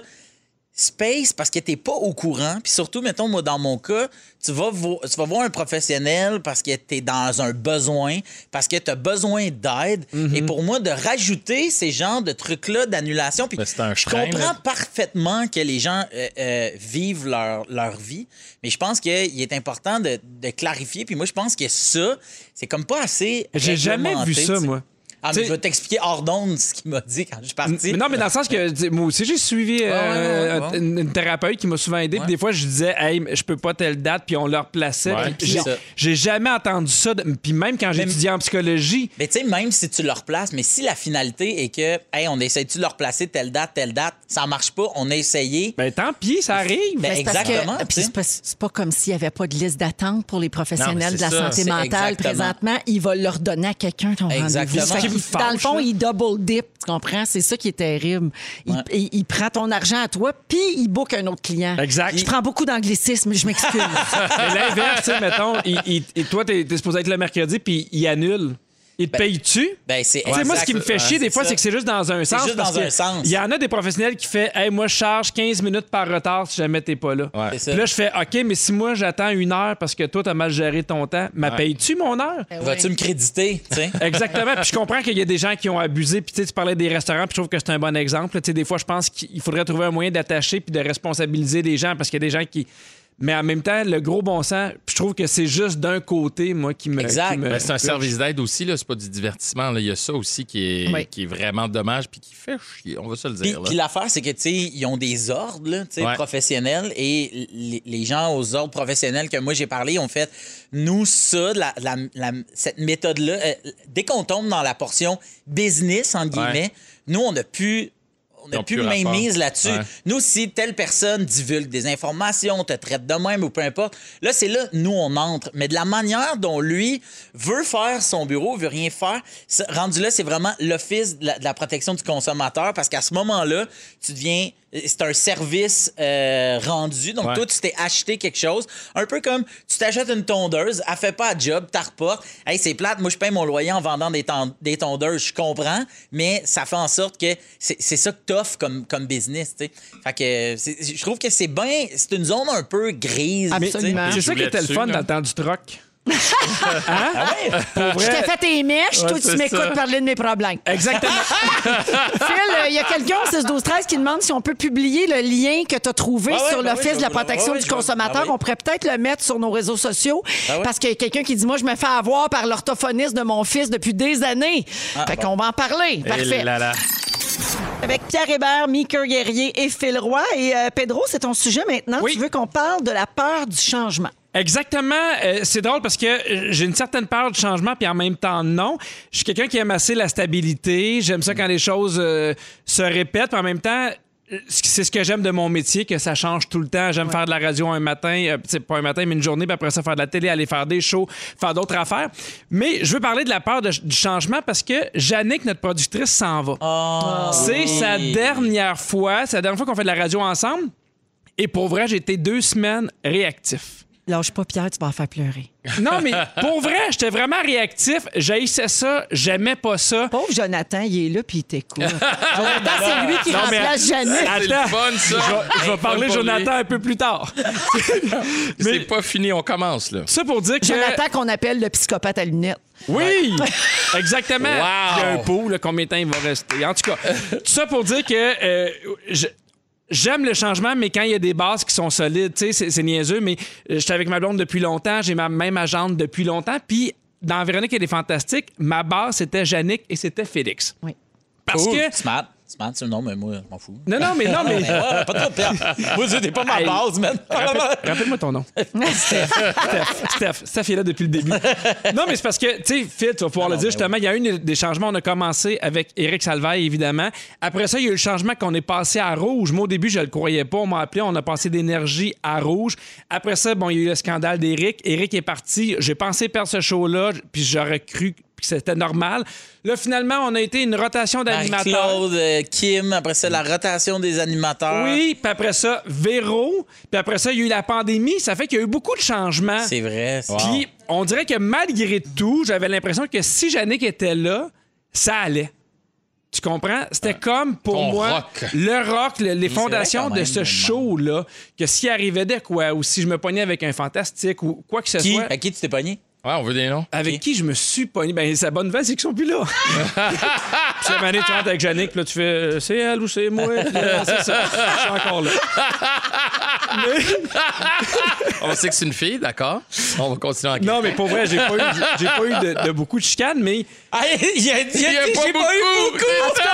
S5: space parce que t'es pas au courant. Puis surtout, mettons, moi, dans mon cas, tu vas, vo- tu vas voir un professionnel parce que t'es dans un besoin, parce que t'as besoin d'aide. Et
S3: Mhm.
S5: pour moi, de rajouter ces genres de trucs-là d'annulation, puis
S2: Ben, c'est un
S5: je
S2: frein,
S5: comprends
S2: là.
S5: parfaitement que les gens euh, euh, vivent leur, leur vie, mais je pense qu'il est important de, de clarifier. Puis moi, je pense que ça, c'est comme pas assez.
S3: J'ai jamais vu
S5: réglementé,
S3: ça,
S5: tu sais.
S3: moi.
S5: Ah, mais
S3: T'sais-
S5: je vais t'expliquer hors d'onde ce qu'il m'a dit quand je suis parti.
S3: Mais Ah, non, mais dans le sens que tu sais, moi aussi, j'ai suivi euh,
S2: Ouais, ouais, ouais, ouais.
S3: une une thérapeute qui m'a souvent aidé. puis Des fois, je disais, hey, mais je peux pas telle date, puis on leur plaçait.
S2: Ouais.
S3: J'ai
S5: C'est ça.
S3: j'ai jamais entendu ça. de- Puis même quand j'étudiais en psychologie,
S5: Mais tu sais, même si tu le replaces, mais si la finalité est que, hey, on essaie-tu de le replacer telle date, telle date, ça marche pas, on a essayé.
S3: ben tant pis, ça arrive.
S5: Ben,
S1: C'est parce que-
S5: exactement, tu
S1: puis
S5: sais.
S1: c'est pas, c'est pas comme s'il n'y avait pas de liste d'attente pour les
S2: Non, mais
S1: professionnels
S2: c'est
S1: de la
S2: ça,
S1: santé
S5: c'est
S1: mentale.
S5: exactement.
S1: Présentement, ils vont leur donner à quelqu'un ton rendez-vous.
S5: Exactement.
S1: Fait
S5: Ce qui
S1: que,
S3: me fâche,
S1: Dans le fond,
S3: là.
S1: il double dip, tu comprends? C'est ça qui est terrible. Il,
S5: Ouais.
S1: il- il prend ton argent à toi, puis il book un autre client.
S3: Exact.
S1: Je prends beaucoup d'anglicisme, je m'excuse.
S3: Mais l'inverse, tu sais, mettons, il- il- il- toi, t'es es supposé être le mercredi, puis il annule. Il te paye-tu?
S5: Ben, c'est
S3: Tu sais, moi,
S5: exact.
S3: ce qui me fait
S5: Ouais,
S3: chier des fois,
S5: ça.
S3: c'est que c'est juste dans un sens.
S5: juste
S3: parce
S5: dans
S3: que
S5: un sens.
S3: Il y en a des professionnels qui font Hey, moi, je charge 15 minutes par retard si jamais t'es pas là.
S2: Ouais.
S5: C'est ça.
S3: Puis là, je fais OK, mais si moi, j'attends une heure parce que toi, t'as mal géré ton temps, ma payes-tu mon heure?
S5: Vas-tu me créditer?
S3: <laughs>
S5: tu sais?
S3: Exactement. Puis je comprends qu'il y a des gens qui ont abusé. Puis tu sais, tu parlais des restaurants, puis je trouve que c'est un bon exemple. Tu sais, des fois, je pense qu'il faudrait trouver un moyen d'attacher puis de responsabiliser les gens parce qu'il y a des gens qui. Mais en même temps, le gros bon sens, puis je trouve que c'est juste d'un côté, moi, qui me.
S5: Exact.
S3: qui me-
S2: Ben, c'est un service d'aide aussi, là. C'est pas du divertissement. là. Il y a ça aussi qui est,
S1: Oui.
S2: qui est vraiment dommage puis qui fait chier. On va se le
S5: Puis,
S2: dire.
S5: puis
S2: là.
S5: l'affaire, c'est que, tu sais, ils ont des ordres là, tu sais,
S2: Ouais.
S5: professionnels et les, les gens aux ordres professionnels que moi j'ai parlé ont fait, nous, ça, la- la- la- cette méthode-là, euh, dès qu'on tombe dans la portion business, entre
S2: Ouais.
S5: guillemets, nous, on n'a plus. On
S2: Ils
S5: n'a
S2: ont
S5: plus
S2: plus
S5: de main
S2: rapport.
S5: mise là-dessus.
S2: Ouais.
S5: Nous, si telle personne divulgue des informations, te traite de même ou peu importe, là, c'est là, nous, on entre. Mais de la manière dont lui veut faire son bureau, veut rien faire, ça- rendu là, c'est vraiment l'Office de la, de la protection du consommateur parce qu'à ce moment-là, tu deviens. C'est un service euh, rendu. Donc,
S2: Ouais.
S5: toi, tu t'es acheté quelque chose. Un peu comme tu t'achètes une tondeuse, elle fait pas de job, t'as reportes. Hey, c'est plate, moi, je paye mon loyer en vendant des, ton- des tondeuses, je comprends, mais ça fait en sorte que c'est c'est ça que t'offres comme, comme business, tu sais. Fait que c'est- je trouve que c'est bien, c'est une zone un peu grise. tu sais.
S1: Absolument.
S3: C'est
S2: Je
S3: ça qui
S2: voulais
S3: était le
S2: dessus,
S3: fun
S2: là.
S3: dans le temps du troc. Hein?
S5: Ah ouais?
S3: Pour
S1: Je
S3: vrai.
S1: t'ai fait tes mèches, toi, tu
S2: c'est
S1: m'écoutes
S2: ça.
S1: parler de mes problèmes.
S3: Exactement.
S1: Phil, euh, il y a quelqu'un au 16 12 13 qui demande si on peut publier le lien que tu as trouvé
S5: Ah ouais,
S1: sur
S5: ben
S1: l'Office
S5: oui, je
S1: de la
S5: vais le-
S1: protection
S5: ah ouais,
S1: du
S5: je vais-
S1: consommateur.
S5: ah ouais.
S1: On pourrait peut-être le mettre sur nos réseaux sociaux
S5: Ah ouais.
S1: parce qu'il y a quelqu'un qui dit Moi, je me fais avoir par l'orthophoniste de mon fils depuis des années.
S5: Ah,
S1: fait qu'on va en
S3: Eh
S1: parler. Parfait.
S2: Et là, là.
S1: Avec Pierre Hébert, Mika Guerrier et Phil Roy. Et euh, Pedro, c'est ton sujet maintenant.
S3: Oui.
S1: Tu veux qu'on parle de la peur du changement.
S3: Exactement. Euh, c'est drôle parce que euh, j'ai une certaine peur du changement, puis en même temps, non. Je suis quelqu'un qui aime assez la stabilité. J'aime ça quand les choses euh, se répètent. puis en même temps, euh, c'est ce que j'aime de mon métier, que ça change tout le temps. J'aime faire de la radio un matin, euh, c'est pas un matin, mais une journée, puis après ça, faire de la télé, aller faire des shows, faire d'autres affaires. Mais je veux parler de la peur de- du changement parce que Yannick, notre productrice, s'en va. C'est sa dernière fois, c'est la dernière fois qu'on fait de la radio ensemble. Et pour vrai, j'ai été deux semaines réactif.
S1: Lâche pas Pierre, tu vas en faire
S5: <laughs>
S1: pleurer.
S3: Non, mais pour vrai, j'étais vraiment réactif. J'haïssais ça, j'aimais pas ça.
S1: Pauvre Jonathan, il est là puis il
S5: <laughs>
S1: t'écoute. Jonathan, c'est lui qui
S3: Non, mais-
S1: remplace Jeannette.
S2: C'est le
S3: Attends,
S2: fun,
S3: Je
S2: ça.
S3: vais- je vais
S2: Hey,
S3: parler
S2: fun pour
S3: Jonathan
S2: lui.
S3: un peu plus
S2: <laughs>
S3: tard.
S2: C'est
S3: Mais-
S2: pas fini, on commence, là.
S3: Ça pour dire que...
S1: Jonathan qu'on appelle le psychopathe à lunettes.
S3: Oui! Exactement.
S2: Wow!
S3: Il y a un pot, là, combien de temps il va rester? En tout cas, tout ça pour dire que euh, je- J'aime le changement, mais quand il y a des bases qui sont solides, tu sais, c'est- c'est niaiseux, mais euh, j'étais avec ma blonde depuis longtemps, j'ai ma même agente depuis longtemps, puis dans Véronique, elle est fantastique, ma base, c'était Yannick et c'était Félix.
S1: Oui.
S3: Parce
S5: Cool.
S3: que
S5: Smart. C'est pas non, mais moi, je m'en fous.
S3: Non, non, mais non, mais.
S5: <laughs> Ouais, ouais, pas trop de perte. Moi, c'était pas ma
S3: Hey.
S5: base, <laughs> man.
S3: Rappelle- Rappelle-moi ton nom. Steph. Steph. Steph. Steph est là depuis le
S5: <laughs>
S3: début. Non, mais c'est parce que, tu sais, Phil, tu vas pouvoir
S5: Ah Non, ben
S3: le dire,
S5: non,
S3: justement, il y a eu une- des changements. On a commencé avec Eric Salvaille, évidemment. Après ça, il y a eu le changement qu'on est passé à rouge. Moi, au début, je le croyais pas. On m'a appelé, on a passé d'énergie à rouge. Après ça, bon, il y a eu le scandale d'Eric. Eric est parti. J'ai pensé perdre ce show-là, puis j'aurais cru que c'était normal. Là, finalement, on a été une rotation d'animateurs.
S5: Claude, euh, Kim, après ça, la rotation des animateurs.
S3: Oui, puis après ça, Véro. Puis après ça, il y a eu la pandémie. Ça fait qu'il y a eu beaucoup de changements.
S5: C'est vrai. c'est-
S3: Puis on dirait que malgré tout, j'avais l'impression que si Yannick était là, ça allait. Tu comprends? C'était comme pour
S2: Ton
S3: moi
S2: rock.
S3: le rock, le- les
S5: c'est vrai
S3: fondations
S5: quand
S3: de
S5: même,
S3: ce
S5: vraiment.
S3: show-là. Que s'il arrivait de quoi, ou si je me pognais avec un fantastique, ou quoi que ce
S5: Qui?
S3: soit.
S5: À qui tu t'es pogné?
S2: Ouais, on veut des noms.
S3: Avec qui je me suis pogné? Ben, sa bonne nouvelle, c'est qu'ils sont plus là.
S5: <laughs>
S3: puis la année, tu rentres avec Yannick, puis là, tu fais euh, c'est elle ou c'est
S5: <laughs>
S3: moi? Puis là, c'est ça. Je suis encore là.
S2: On sait que c'est une fille, d'accord? On va continuer en
S3: Non, mais pour vrai, j'ai pas eu, j'ai pas eu de, de beaucoup de chicanes, mais
S5: Ah, il y a, il y a-
S2: Il y a
S5: j'ai
S2: pas
S5: pas eu
S2: beaucoup!
S5: beaucoup.
S2: c'est ça.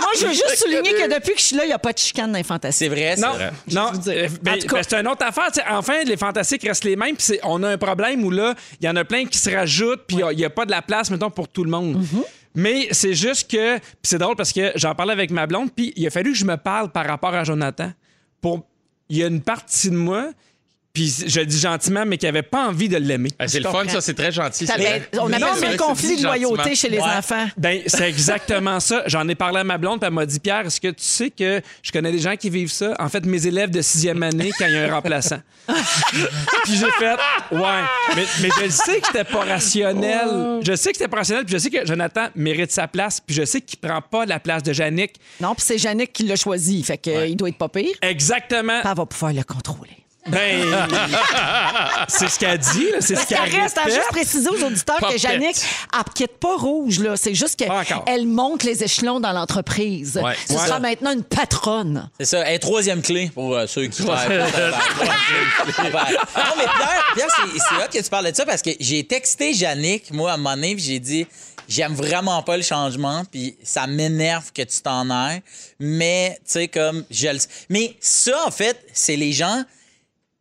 S1: Moi, je veux juste souligner que depuis que je suis là, il n'y a pas de chicane dans les fantastiques.
S5: C'est vrai, c'est
S3: Non,
S5: vrai.
S3: non.
S1: vous dire.
S3: euh, ben,
S1: En tout cas-
S3: ben, c'est une autre affaire. tu sais. Enfin, les fantastiques restent les mêmes. puis c'est- on a un problème où là, il y en a plein qui se rajoutent, puis il n'y a pas de la place, mettons, pour tout le monde.
S1: Mhm.
S3: Mais c'est juste que. puis c'est drôle parce que j'en parlais avec ma blonde, puis il a fallu que je me parle par rapport à Jonathan. Pour... Il y a une partie de moi, puis je le dis gentiment, mais qui n'avait pas envie de
S5: Ah,
S3: l'aimer.
S2: Eh, C'est le fun, ça, c'est très gentil.
S1: Ça
S2: c'est
S1: avait-
S2: vrai.
S1: on
S2: Mais
S1: appelle ça
S2: c'est vrai
S1: le
S2: que c'est
S1: conflit
S2: dit
S1: de loyauté
S2: gentiment.
S1: chez les
S5: Ouais.
S1: enfants.
S3: Ben, c'est exactement ça. J'en ai parlé à ma blonde, puis elle m'a dit Pierre, est-ce que tu sais que je connais des gens qui vivent ça En fait, mes élèves de sixième année, quand il y a un
S1: <laughs>
S3: remplaçant. puis j'ai fait Ouais. Mais, mais je le sais que c'était pas
S1: Oh.
S3: rationnel. Je sais que c'était pas rationnel, puis je sais que Jonathan mérite sa place, puis je sais qu'il prend pas la place de Yannick.
S1: Non, puis c'est Yannick qui l'a choisi, fait qu'il doit être pas pire.
S3: Exactement.
S1: Elle va pouvoir le contrôler.
S3: Ben. c'est ce qu'elle dit, là, c'est ce
S1: Parce qu'elle
S3: qu'elle
S1: reste à
S3: répète.
S1: juste préciser aux auditeurs que
S2: Parfaite.
S1: Yannick, elle ne quitte pas rouge, là. C'est juste
S3: Pas encore.
S1: qu'elle monte les échelons dans l'entreprise.
S2: Ouais.
S1: Ce
S2: Ouais.
S1: sera maintenant une patronne.
S5: C'est ça. Et troisième clé pour euh, ceux qui
S2: <laughs>
S5: travaillent. non, mais Pierre, Pierre, c'est- c'est hot que tu parles de ça parce que j'ai texté Yannick, moi, à un moment donné, puis j'ai dit j'aime vraiment pas le changement, puis ça m'énerve que tu t'en ailles. Mais, tu sais, comme, je le Mais ça, en fait, c'est les gens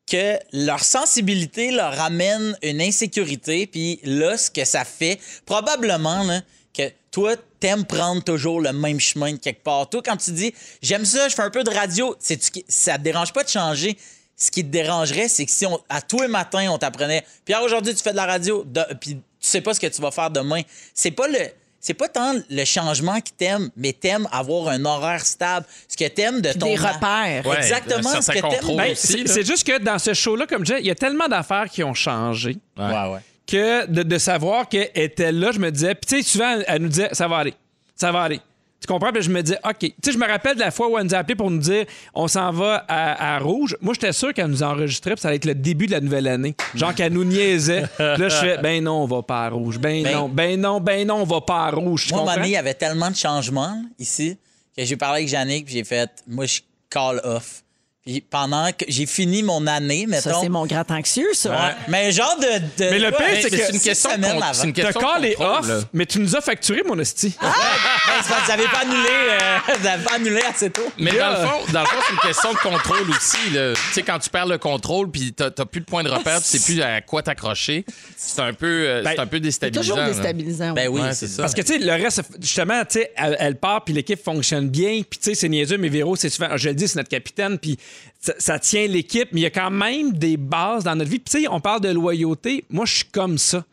S5: que leur sensibilité leur amène une insécurité, puis là, ce que ça fait, probablement là, que toi, t'aimes prendre toujours le même chemin de quelque part. Toi, quand tu dis « j'aime ça, je fais un peu de radio », sais-tu qui- ça te dérange pas de changer ce qui te dérangerait, c'est que si on, à tous les matins, on t'apprenait « Pierre, aujourd'hui, tu fais de la radio, de- puis tu sais pas ce que tu vas faire demain », c'est pas le... C'est pas tant le changement qui t'aime, mais t'aimes avoir un horaire stable. Ce que t'aimes de ton...
S1: des repères.
S2: Ouais,
S5: Exactement,
S2: un
S5: ce
S2: certain
S5: que t'aimes.
S2: contrôle
S5: Ben,
S3: Ben,
S2: aussi,
S3: c'est
S2: là.
S3: c'est juste que dans ce show-là, comme je disais, il y a tellement d'affaires qui ont changé.
S5: Ouais, ouais.
S3: que de, de savoir qu'elle était là, je me disais, puis tu sais, souvent, elle, elle nous disait, ça va aller, ça va aller. Tu comprends? Puis je me disais, OK. Tu sais, je me rappelle de la fois où elle nous a appelé pour nous dire, on s'en va à, à Rouge. Moi, j'étais sûr qu'elle nous enregistrait, puis ça allait être le début de la nouvelle année. Genre qu'elle nous niaisait. Puis là, je fais, ben non, on va pas à Rouge. Ben,
S5: Ben-
S3: non, ben non, ben non, on va pas à Rouge. Tu
S5: Moi, à un moment
S3: comprends?
S5: donné, il y avait tellement de changements là, ici que j'ai parlé avec Yannick puis j'ai fait moi je call off. Puis pendant que j'ai fini mon année, mettons.
S1: Ça, c'est mon grand anxieux, ça.
S5: Ouais. Mais genre de, de-
S3: Mais le pire,
S5: Ouais,
S3: c'est que-
S5: mais
S2: C'est une
S5: six
S2: question de
S5: semaines
S2: con-
S5: avant.
S2: c'est une
S3: T'as
S2: question de
S3: call et
S2: contrôle,
S3: off,
S2: là.
S3: mais tu nous as facturé, mon hostie.
S5: Ouais, c'est parce que vous avez pas annulé, euh, <laughs> vous avez pas annulé assez tôt.
S2: Mais dans le fond, dans le fond, c'est une question de contrôle aussi. là. Tu sais, quand tu perds le contrôle, puis t'as t'as plus de point de repère, tu sais plus à quoi t'accrocher. C'est un peu, euh,
S3: Ben,
S2: c'est un peu
S1: C'est
S2: déstabilisant.
S1: toujours
S2: là.
S1: déstabilisant.
S5: Ben oui,
S2: Ouais, c'est
S5: c'est ça.
S2: ça.
S3: Parce que, tu sais, le reste, justement, tu sais, elle, elle part, puis l'équipe fonctionne bien, puis, tu sais, c'est niaiseux, mais Véro, c'est souvent, je le dis, c'est notre capitaine, puis ça, ça tient l'équipe, mais il y a quand même des bases dans notre vie. Puis, tu sais, on parle de loyauté. Moi, je suis comme ça.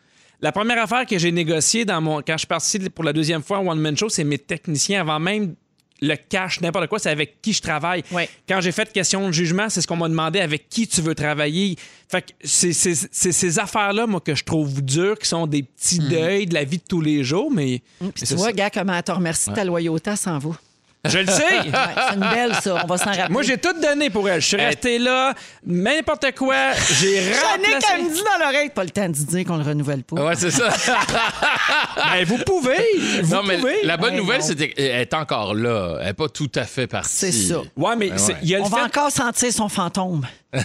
S3: La première affaire que j'ai négociée dans mon, quand je suis parti pour la deuxième fois en One Man Show, c'est mes techniciens avant même le cash, n'importe quoi, c'est avec qui je travaille.
S1: Ouais.
S3: Quand j'ai fait question de jugement, c'est ce qu'on m'a demandé avec qui tu veux travailler. Fait que c'est c'est- c'est ces affaires-là, moi, que je trouve dures, qui sont des petits
S2: Mm.
S3: deuils de la vie de tous les jours, mais. mais
S1: Puis tu
S3: c'est
S1: vois,
S3: ça.
S1: gars, comment elle te remercie de ta loyauté, sans vous.
S3: Je le
S2: <laughs>
S3: sais!
S1: c'est une belle, ça. On va s'en rappeler.
S3: Moi, j'ai tout donné pour elle. Je suis
S2: Euh,
S3: resté là, n'importe quoi.
S2: <laughs>
S3: J'ai
S1: Yannick, elle me
S3: remplacé.
S1: dit dans l'oreille, pas le temps de dire qu'on le renouvelle pas.
S2: Ouais, c'est ça.
S3: Ben, vous pouvez! Vous
S2: non, mais
S3: pouvez! Ben,
S2: la bonne
S1: Ouais,
S2: nouvelle,
S1: Ben, non.
S2: c'est qu'elle est encore là. Elle n'est pas tout à fait partie.
S1: <laughs> C'est ça.
S3: Ouais, mais
S2: Ben
S3: c'est-
S2: ouais.
S3: il y a le
S1: On va
S3: fait
S1: encore sentir son fantôme.
S5: Ah.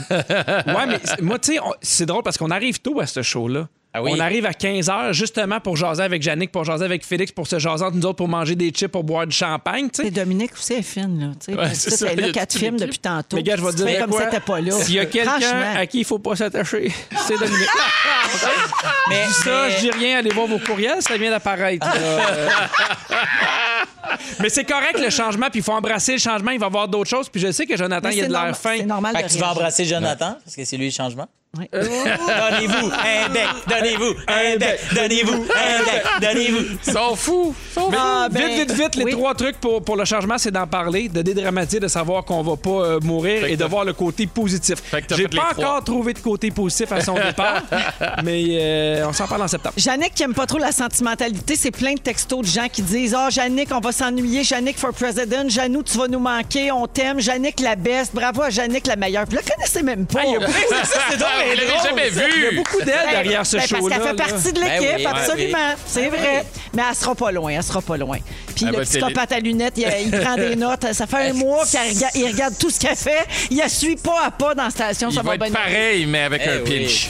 S3: Ouais, mais c'est- moi, tu sais, on- c'est drôle parce qu'on arrive tôt à ce show-là.
S5: Ah oui.
S3: On arrive à 15 h justement pour jaser avec Yannick, pour jaser avec Félix, pour se jaser entre nous autres, pour manger des chips, pour boire du champagne. tu sais.
S1: Et Dominique aussi est fine, là. Tu sais, parce
S2: c'est
S1: que
S2: ça,
S1: elle est
S2: il y
S1: là
S2: a
S1: quatre
S2: toute
S1: films
S2: l'équipe.
S1: depuis tantôt.
S3: Les gars, je vais te dire
S1: C'est
S3: de
S1: comme
S3: quoi?
S1: si t'étais pas là.
S3: S'il y a quelqu'un
S1: Franchement.
S3: à qui il faut pas s'attacher, <laughs> c'est Dominique.
S5: Mais,
S3: ça,
S5: mais-
S3: je dis rien, allez voir vos courriels, ça vient d'apparaître. là. Euh,
S1: <laughs>
S3: Mais c'est correct le changement, puis il faut embrasser le changement, il va y avoir d'autres choses, puis je sais que Jonathan,
S1: Mais
S3: il y a
S1: c'est
S3: de l'air
S1: normal-
S3: fin.
S1: C'est normal.
S5: Fait
S1: de
S5: que tu vas
S1: réagir.
S5: embrasser Jonathan, parce que c'est lui le changement.
S1: Ouais.
S3: Oh!
S1: <laughs>
S5: Donnez-vous un bec, donnez-vous un bec, donnez-vous un bec, donnez-vous.
S2: Ils sont fous. Ils sont fous.
S1: Ah, ben,
S3: vite, vite, vite, les
S1: oui.
S3: trois trucs pour, pour le changement, c'est d'en parler, de dédramatiser, de savoir qu'on va pas euh, mourir
S2: que
S3: et de
S2: t'as-
S3: voir le côté positif.
S2: Fait que t'as
S3: J'ai
S2: fait les
S3: pas
S2: trois.
S3: encore trouvé de côté positif
S2: <laughs>
S3: à son départ, mais euh, on s'en parle en septembre.
S1: Yannick qui aime pas trop la sentimentalité, c'est plein de textos de gens qui disent Ah, Yannick, on va s'ennuyer. Yannick for president. Janou, tu vas nous manquer. On t'aime. Yannick, la best. Bravo à Yannick, la meilleure. Puis la connaissez même pas.
S3: Hey, il y a plein-
S5: Ça, c'est drôle,
S2: Ah,
S5: mais
S2: vous l'avez
S5: drôle.
S2: jamais
S3: il y a
S2: vu.
S3: beaucoup d'elle derrière ce
S1: Ben,
S3: show-là.
S1: Parce qu'elle fait
S3: là.
S1: partie de l'équipe,
S5: Ben oui, ben
S1: absolument.
S3: Ah,
S1: C'est vrai. Mais elle sera pas loin, elle sera pas loin. Puis
S2: Elle
S1: le
S3: ben,
S2: va
S1: psychopathe à lunettes, il, il prend des notes. Ça fait un mois, puis elle rega- il regarde tout ce qu'elle fait. Il la suit pas à pas dans la station.
S2: Il
S1: ça
S2: va être
S1: bien
S2: pareil, mais avec
S5: Eh
S2: un
S5: oui.
S2: pinch.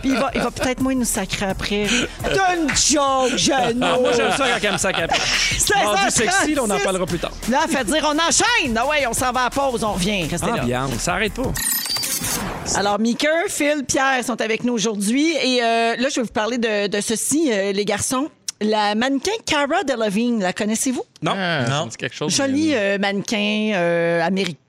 S1: Puis il va, il va peut-être moins nous sacrer après. T'as une joke,
S3: Ah,
S1: Jeannot.
S3: moi, j'aime ça quand elle me sac à Mardi sexy, là, on en parlera plus tard.
S1: Là, elle fait dire on enchaîne. Ah ouais, on s'en va à la pause, on revient. Restez là.
S3: Ambiance, ça arrête pas.
S1: Alors, Mika, Phil, Pierre sont avec nous aujourd'hui. Et euh, là, je vais vous parler de, de ceci, euh, les garçons. La mannequin Cara Delevingne, la connaissez-vous?
S3: Non.
S2: Ah, ça
S5: Non.
S2: me dit quelque chose.
S1: Jolie euh, mannequin euh, américaine.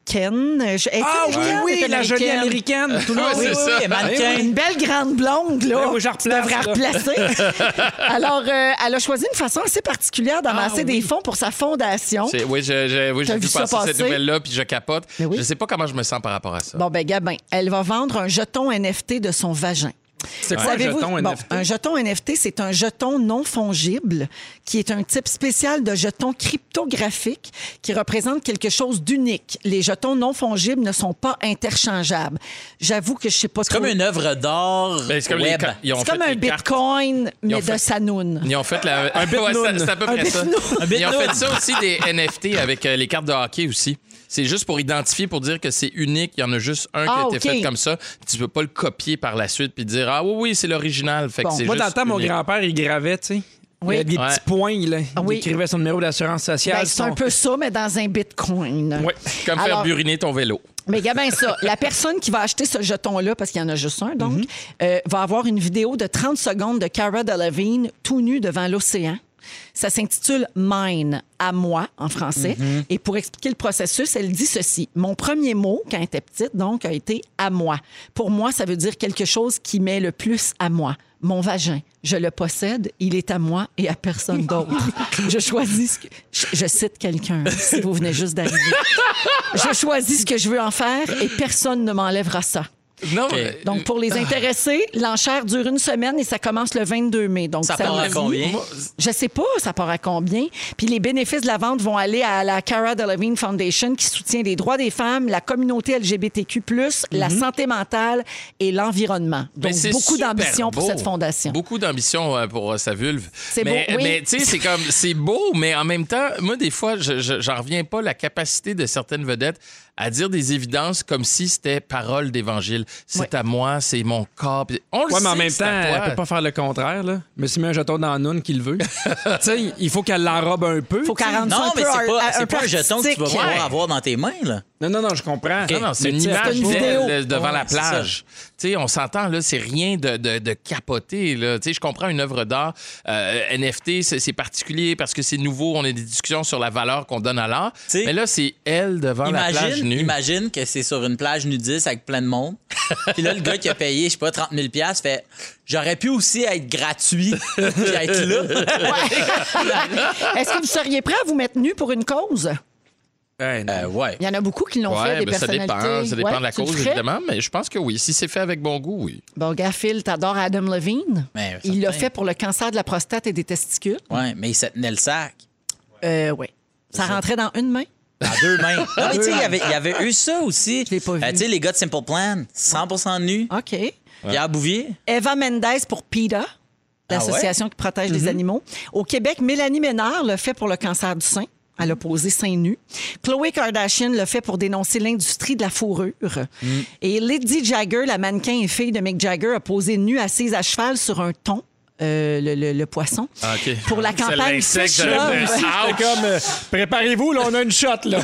S1: Euh, Je- est-ce
S3: Ah oui,
S1: américaine?
S3: oui,
S1: Elle est
S3: la jolie américaine. Tout le
S1: Ah,
S2: Ouais,
S3: monde.
S2: c'est ça.
S5: oui, mannequin.
S1: Une belle grande blonde, là.
S3: Ben oui, je
S1: tu
S3: replace,
S1: devrais
S3: là.
S1: replacer.
S3: <laughs>
S1: Alors, euh, elle a choisi une façon assez particulière
S3: Ah
S1: d'amasser des fonds pour sa fondation.
S2: C'est- Oui, je- je- oui, j'ai
S1: euh, T'as
S2: vu
S1: vu ça
S2: passer, cette
S1: passer?
S2: nouvelle-là, puis je capote.
S1: Mais oui.
S2: Je sais pas comment je me sens par rapport à ça.
S1: Bon, ben, Gabin, elle va vendre un jeton NFT de son vagin.
S3: C'est quoi un
S1: Savez-vous-
S3: jeton
S1: bon,
S3: NFT?
S1: un jeton NFT, c'est un jeton non fongible qui est un type spécial de jeton cryptographique qui représente quelque chose d'unique. Les jetons non fongibles ne sont pas interchangeables. J'avoue que je sais pas
S5: C'est comme
S1: trop-
S5: une œuvre d'art
S2: Ben, c'est comme les
S5: web.
S2: ca- ils ont
S1: C'est
S2: fait
S1: comme un
S2: les cartes-
S1: bitcoin,
S2: Ils ont
S1: mais de
S2: fait-
S1: sanoun.
S2: Ils ont fait <laughs> la... un
S3: bitnoun.
S2: c'est à peu
S1: Un
S2: près ça.
S1: bitnoun.
S5: Un
S2: Ils ont
S5: bitnoun.
S2: fait ça aussi des <laughs> NFT avec euh, les cartes de hockey aussi. C'est juste pour identifier, pour dire que c'est unique. Il y en a juste un qui
S1: Ah,
S2: a été
S1: OK.
S2: fait comme ça. Tu peux pas le copier par la suite puis dire Ah oui, oui, c'est l'original. Fait que
S1: Bon.
S2: c'est
S3: Moi,
S2: juste
S3: dans le temps, mon
S2: unique.
S3: grand-père, il gravait, tu sais.
S1: Oui.
S3: Il y a des
S2: Ouais.
S3: petits points, là. Il
S1: Oui.
S3: écrivait son numéro d'assurance sociale.
S1: Ben, c'est un
S3: son-
S1: peu ça, mais dans un bitcoin.
S3: Ouais.
S2: Comme faire
S1: Alors-
S2: buriner ton vélo.
S1: Mais Gabin, ça, la personne qui va acheter ce jeton-là, parce qu'il y en a juste un, donc, euh, va avoir une vidéo de 30 secondes de Cara Delevingne tout nu devant l'océan. Ça s'intitule Mine à moi en français. Et pour expliquer le processus, elle dit ceci. Mon premier mot, quand j'étais petite, donc, a été à moi. Pour moi, ça veut dire quelque chose qui m'est le plus à moi. Mon vagin, je le possède, il est à moi et à personne d'autre. Je choisis ce que... Je, je cite quelqu'un, si vous venez juste d'arriver. Je choisis ce que je veux en faire et personne ne m'enlèvera ça.
S2: Non, mais-
S1: Donc, pour les intéressés, l'enchère dure une semaine et ça commence le 22 mai. Donc,
S5: Ça
S1: samedi.
S5: part à combien?
S1: Je sais pas, ça part à combien. Puis les bénéfices de la vente vont aller à la Cara Delevingne Foundation qui soutient les droits des femmes, la communauté LGBTQ+, la santé mentale et l'environnement.
S2: Mhm. Mais
S1: Donc,
S2: Ben, c'est
S1: beaucoup
S2: super
S1: d'ambition pour
S2: beau.
S1: cette fondation.
S2: Beaucoup d'ambition euh, pour euh, sa vulve.
S1: C'est
S2: mais,
S1: beau, oui.
S2: Mais tu sais, c'est comme, c'est beau, mais en même temps, moi, des fois, je- je- j'en reviens pas la capacité de certaines vedettes à dire des évidences comme si c'était parole d'évangile. C'est
S1: Ouais.
S2: à moi, c'est mon corps. Puis On le
S3: Ouais,
S2: sait.
S3: mais en même
S2: c'est
S3: temps,
S2: à toi.
S3: elle peut pas faire le contraire, là. Je me suis mis un jeton dans la noune qu'il veut. tu sais, il faut qu'elle l'enrobe un peu.
S1: Faut qu'elle rende ça
S5: Non,
S1: un
S5: mais
S1: peu
S5: c'est
S1: ar-
S5: pas,
S1: un
S5: c'est
S1: peu
S5: pas un jeton que tu vas
S1: artistique.
S5: pouvoir avoir dans tes mains, là.
S3: Non, non, non, je comprends.
S2: Non, non, c'est
S3: Mais
S2: une
S3: tu sais,
S2: image
S1: c'est une
S2: d'elle,
S1: vidéo.
S2: de- devant
S5: Ouais,
S2: la
S5: c'est ça.
S2: plage. Tu sais, on s'entend, là, c'est rien de, de, de capoté. Là. Tu sais, Je comprends une œuvre d'art. euh, NFT, c'est c'est particulier parce que c'est nouveau. On a des discussions sur la valeur qu'on donne à l'art.
S5: sais,
S2: Mais là, c'est elle devant la plage
S5: Imagine,
S2: nue.
S5: imagine que c'est sur une plage nudiste avec plein de monde.
S2: <laughs>
S5: Puis là, le gars qui a payé, je sais pas, 30 000 fait j'aurais pu aussi être gratuit puis être
S2: <laughs>
S5: là.
S1: Est-ce que vous seriez prêt à vous mettre nu pour une cause?
S3: Ouais, non.
S5: Euh, ouais.
S1: Il y en a beaucoup qui l'ont fait,
S2: Ouais,
S1: des
S2: ben, ça
S1: personnalités.
S2: dépend. Ça dépend
S1: Ouais,
S2: de la
S1: tu le
S2: cause,
S1: ferais?
S2: évidemment. Mais je pense que oui. Si c'est fait avec bon goût, oui.
S1: Bon, gars, Phil, t'adores Adam Levine.
S5: Ben,
S1: il l'a
S5: certain.
S1: fait pour le cancer de la prostate et des testicules.
S5: Ouais, mais il se tenait le sac.
S1: Euh, oui. Ça rentrait dans une main.
S5: À deux mains. Non, mais tu sais, il y avait- il y avait eu ça aussi. Euh,
S1: Je l'ai pas vu. Ah.
S5: tu sais, les gars de Simple Plan, 100 nus.
S1: OK.
S5: Pierre Bouvier.
S1: Eva Mendez pour
S2: Ah
S1: PETA,
S2: Mm-hmm.
S1: l'association qui protège les animaux. Au Québec, Mélanie Ménard l'a fait pour le cancer du sein. Elle a
S2: Mm-hmm.
S1: posé seins nus. Chloé Kardashian le fait pour dénoncer l'industrie de la fourrure.
S2: Mm.
S1: Et Lady Jagger, la mannequin et fille de Mick Jagger, a posé nue assise à cheval sur un thon. euh, le, le- le poisson.
S2: Ah, OK.
S1: Pour la
S2: C'est
S1: campagne
S2: l'insecte,
S1: Fish
S2: j'aurais
S1: Love.
S2: pensé.
S3: C'est comme, euh, préparez-vous, là, on a une shot, là.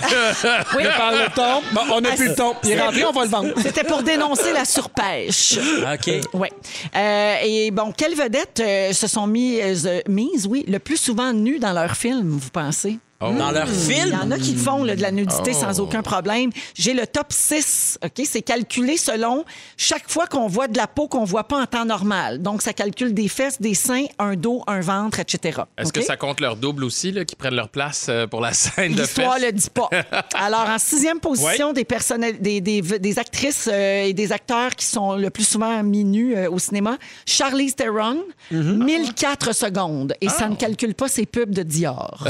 S1: Oui.
S3: On parle de ton. Bon, on n'a
S1: Ah,
S3: plus le ton. Il est
S1: c'est-
S3: rentré, on va le vendre.
S1: C'était pour dénoncer la surpêche.
S5: OK.
S1: Oui. et bon, quelles vedettes euh, se sont mises, euh, mises, oui, le plus souvent nues dans leurs films, vous pensez?
S2: Oh.
S5: Dans leur
S1: Il y
S5: film,
S1: en a qui le font là, de la nudité
S2: Oh.
S1: sans aucun problème. J'ai le top 6, OK? C'est calculé selon chaque fois qu'on voit de la peau qu'on voit pas en temps normal. Donc, ça calcule des fesses, des seins, un dos, un ventre, etc.
S2: Est-ce que
S1: OK?
S2: ça compte leur double aussi, là, qui prennent leur place euh, pour la scène de
S1: L'histoire
S2: fête?
S1: le dit pas.
S2: <laughs>
S1: Alors, en sixième position, des, personnel- des, des, des actrices euh, et des acteurs qui sont le plus souvent mis nus euh, au cinéma, Charlize Theron,
S2: Mm-hmm. Ah,
S1: 1004 secondes. Et ça ne calcule pas ses pubs de
S2: <laughs>
S1: Dior.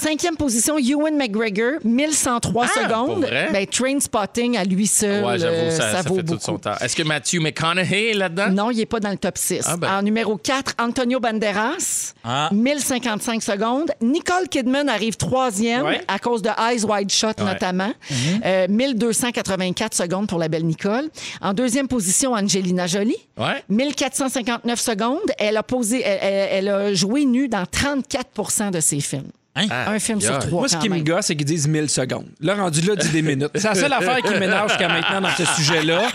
S1: Cinquième position, Ewan McGregor, 1103
S2: Ah, pour
S1: secondes.
S2: vrai?
S1: Ben, Train Spotting à lui seul,
S2: Ouais, j'avoue,
S1: euh,
S2: ça, ça
S1: vaut
S2: fait tout
S1: beaucoup.
S2: son temps. Est-ce que Matthew McConaughey est là-dedans?
S1: Non, il n'est pas dans le top 6.
S2: Hein? Ah ben.
S1: En numéro 4, Antonio Banderas,
S5: Ah.
S1: 1055 secondes. Nicole Kidman arrive troisième
S3: Ouais.
S1: à cause de Eyes Wide Shut notamment.
S2: Mhm.
S1: Euh, 1284 secondes pour la belle Nicole. En deuxième position, Angelina Jolie.
S2: Ouais.
S1: 1459 secondes. Elle a, posé, elle, elle- elle a joué nue dans 34 de ses films.
S5: Hein?
S1: Un film sur
S2: aïe.
S1: trois.
S3: Moi, ce
S1: quand
S3: qui me
S1: même.
S3: gosse, c'est qu'ils disent 1000 secondes. Là, rendu là, dit des minutes. C'est la seule affaire qui m'énerve jusqu'à maintenant dans ce sujet-là.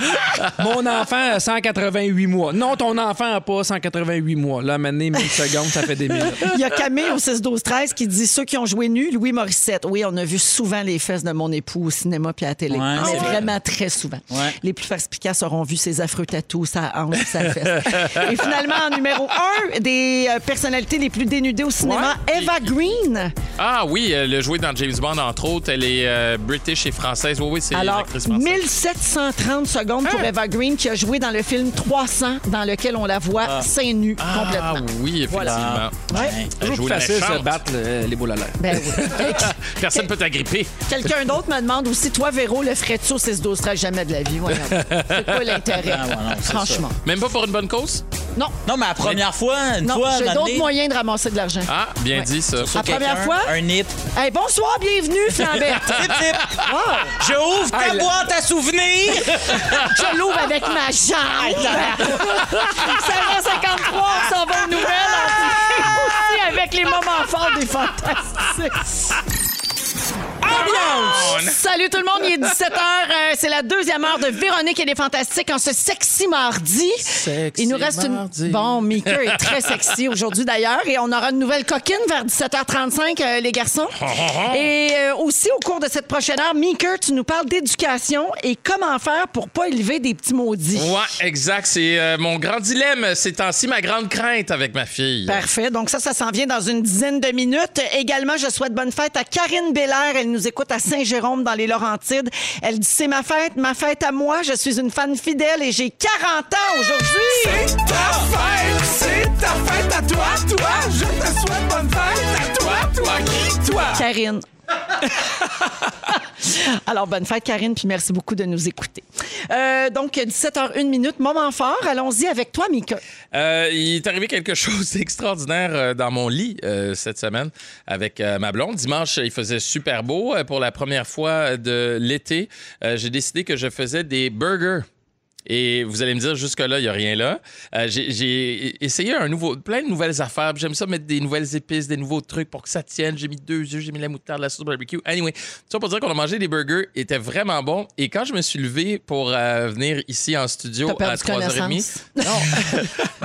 S3: Mon enfant a 188 mois. Non, ton enfant n'a pas 188 mois. Là, maintenant, 1000 secondes, ça fait des minutes.
S1: Il y a Camille au 6 12 13 qui dit ceux qui ont joué nu, Louis Morissette. Oui, on a vu souvent les fesses de mon époux au cinéma puis à la télé.
S5: Ouais,
S1: Mais
S5: c'est vrai.
S1: vraiment très souvent.
S5: Ouais.
S1: Les plus perspicaces auront vu ses affreux tatous, sa hanche, sa
S5: <laughs>
S1: fesse. Et finalement en numéro 1 des euh, personnalités les plus dénudées au cinéma, Eva Green.
S2: Ah oui, euh, le jouer dans James Bond, entre autres, elle est euh, british et française. Oui, oui, c'est une
S1: Alors
S2: actrice française.
S1: 1730 secondes
S5: Hein?
S1: pour Eva Green qui a joué dans le film 300 dans lequel on la voit seins nus
S2: Ah
S1: complètement.
S2: oui, effectivement.
S1: Ouais.
S2: Elle
S3: Toujours
S2: joue
S3: plus facile de se
S2: méchante.
S3: battre euh, les boules à l'air.
S1: Ben
S5: <laughs>
S1: oui.
S2: <laughs> Personne peut t'agripper.
S1: Quelqu'un d'autre me demande aussi, toi, Véro, le ferais-tu au 6 12 13 jamais de la vie? Voyons. C'est quoi l'intérêt?
S5: Ah, ouais, non, c'est
S1: Franchement.
S2: Même pas pour une bonne cause?
S1: Non,
S5: Non, mais la première fois, une
S1: non,
S5: fois,
S1: j'ai
S5: un moment
S1: d'autres
S5: donné,
S1: moyens de ramasser de l'argent.
S2: Ah, bien dit ça.
S5: sur
S1: La première
S5: quelqu'un,
S1: fois?
S5: Un nip.
S1: Hey, bonsoir, bienvenue,
S2: <laughs>
S1: Flambette.
S5: Tip, tip.
S6: Ah.
S1: Wow,
S5: Je ouvre ta
S3: Hey, le-
S5: boîte à souvenirs.
S1: je l'ouvre avec ma jambe. 16h53, on s'en va aux nouvelles. Aussi avec les moments forts des fantastiques. Salut tout le monde, il est 17h. euh, c'est la deuxième heure de Véronique et les Fantastiques en ce sexy mardi.
S2: Sexy
S1: il nous reste
S2: mardi.
S1: une. Bon, Mika est très sexy aujourd'hui d'ailleurs. Et on aura une nouvelle coquine vers 17h35, euh, les garçons. Et euh, aussi, au cours de cette prochaine heure, Mika, tu nous parles d'éducation et comment faire pour pas élever des petits maudits.
S2: Ouais, exact. C'est euh, mon grand dilemme ces temps-ci, ma grande crainte avec ma fille.
S1: Parfait. Donc ça, ça s'en vient dans une dizaine de minutes. Également, je souhaite bonne fête à Karine Belair. Elle nous écoute à Saint-Jérôme dans les Laurentides. Elle dit, c'est ma fête, ma fête à moi. Je suis une fan fidèle et j'ai 40 ans aujourd'hui.
S6: C'est ta fête, c'est ta fête à toi, toi. Je te souhaite bonne fête à toi, toi qui, toi.
S5: Ah.
S1: Karine. <laughs> Alors, bonne fête, Karine, puis merci beaucoup de nous écouter. Euh, donc, 17h01 minute, moment fort. Allons-y avec toi, Mika.
S2: Euh, il est arrivé quelque chose d'extraordinaire euh, dans mon lit euh, cette semaine avec euh, ma blonde. Dimanche, il faisait super beau. Euh, Pour la première fois de l'été, euh, j'ai décidé que je faisais des burgers. Et vous allez me dire, jusque-là, il n'y a rien là. Euh, j'ai- j'ai essayé un nouveau, plein de nouvelles affaires. J'aime ça mettre des nouvelles épices, des nouveaux trucs pour que ça tienne. J'ai mis deux œufs, j'ai mis la moutarde, la sauce barbecue. Anyway, tout ça pour dire qu'on a mangé des burgers, était vraiment bon. Et quand je me suis levé pour euh, venir ici en studio
S1: T'as
S2: à
S1: perdu
S2: 3h30,
S1: connaissance.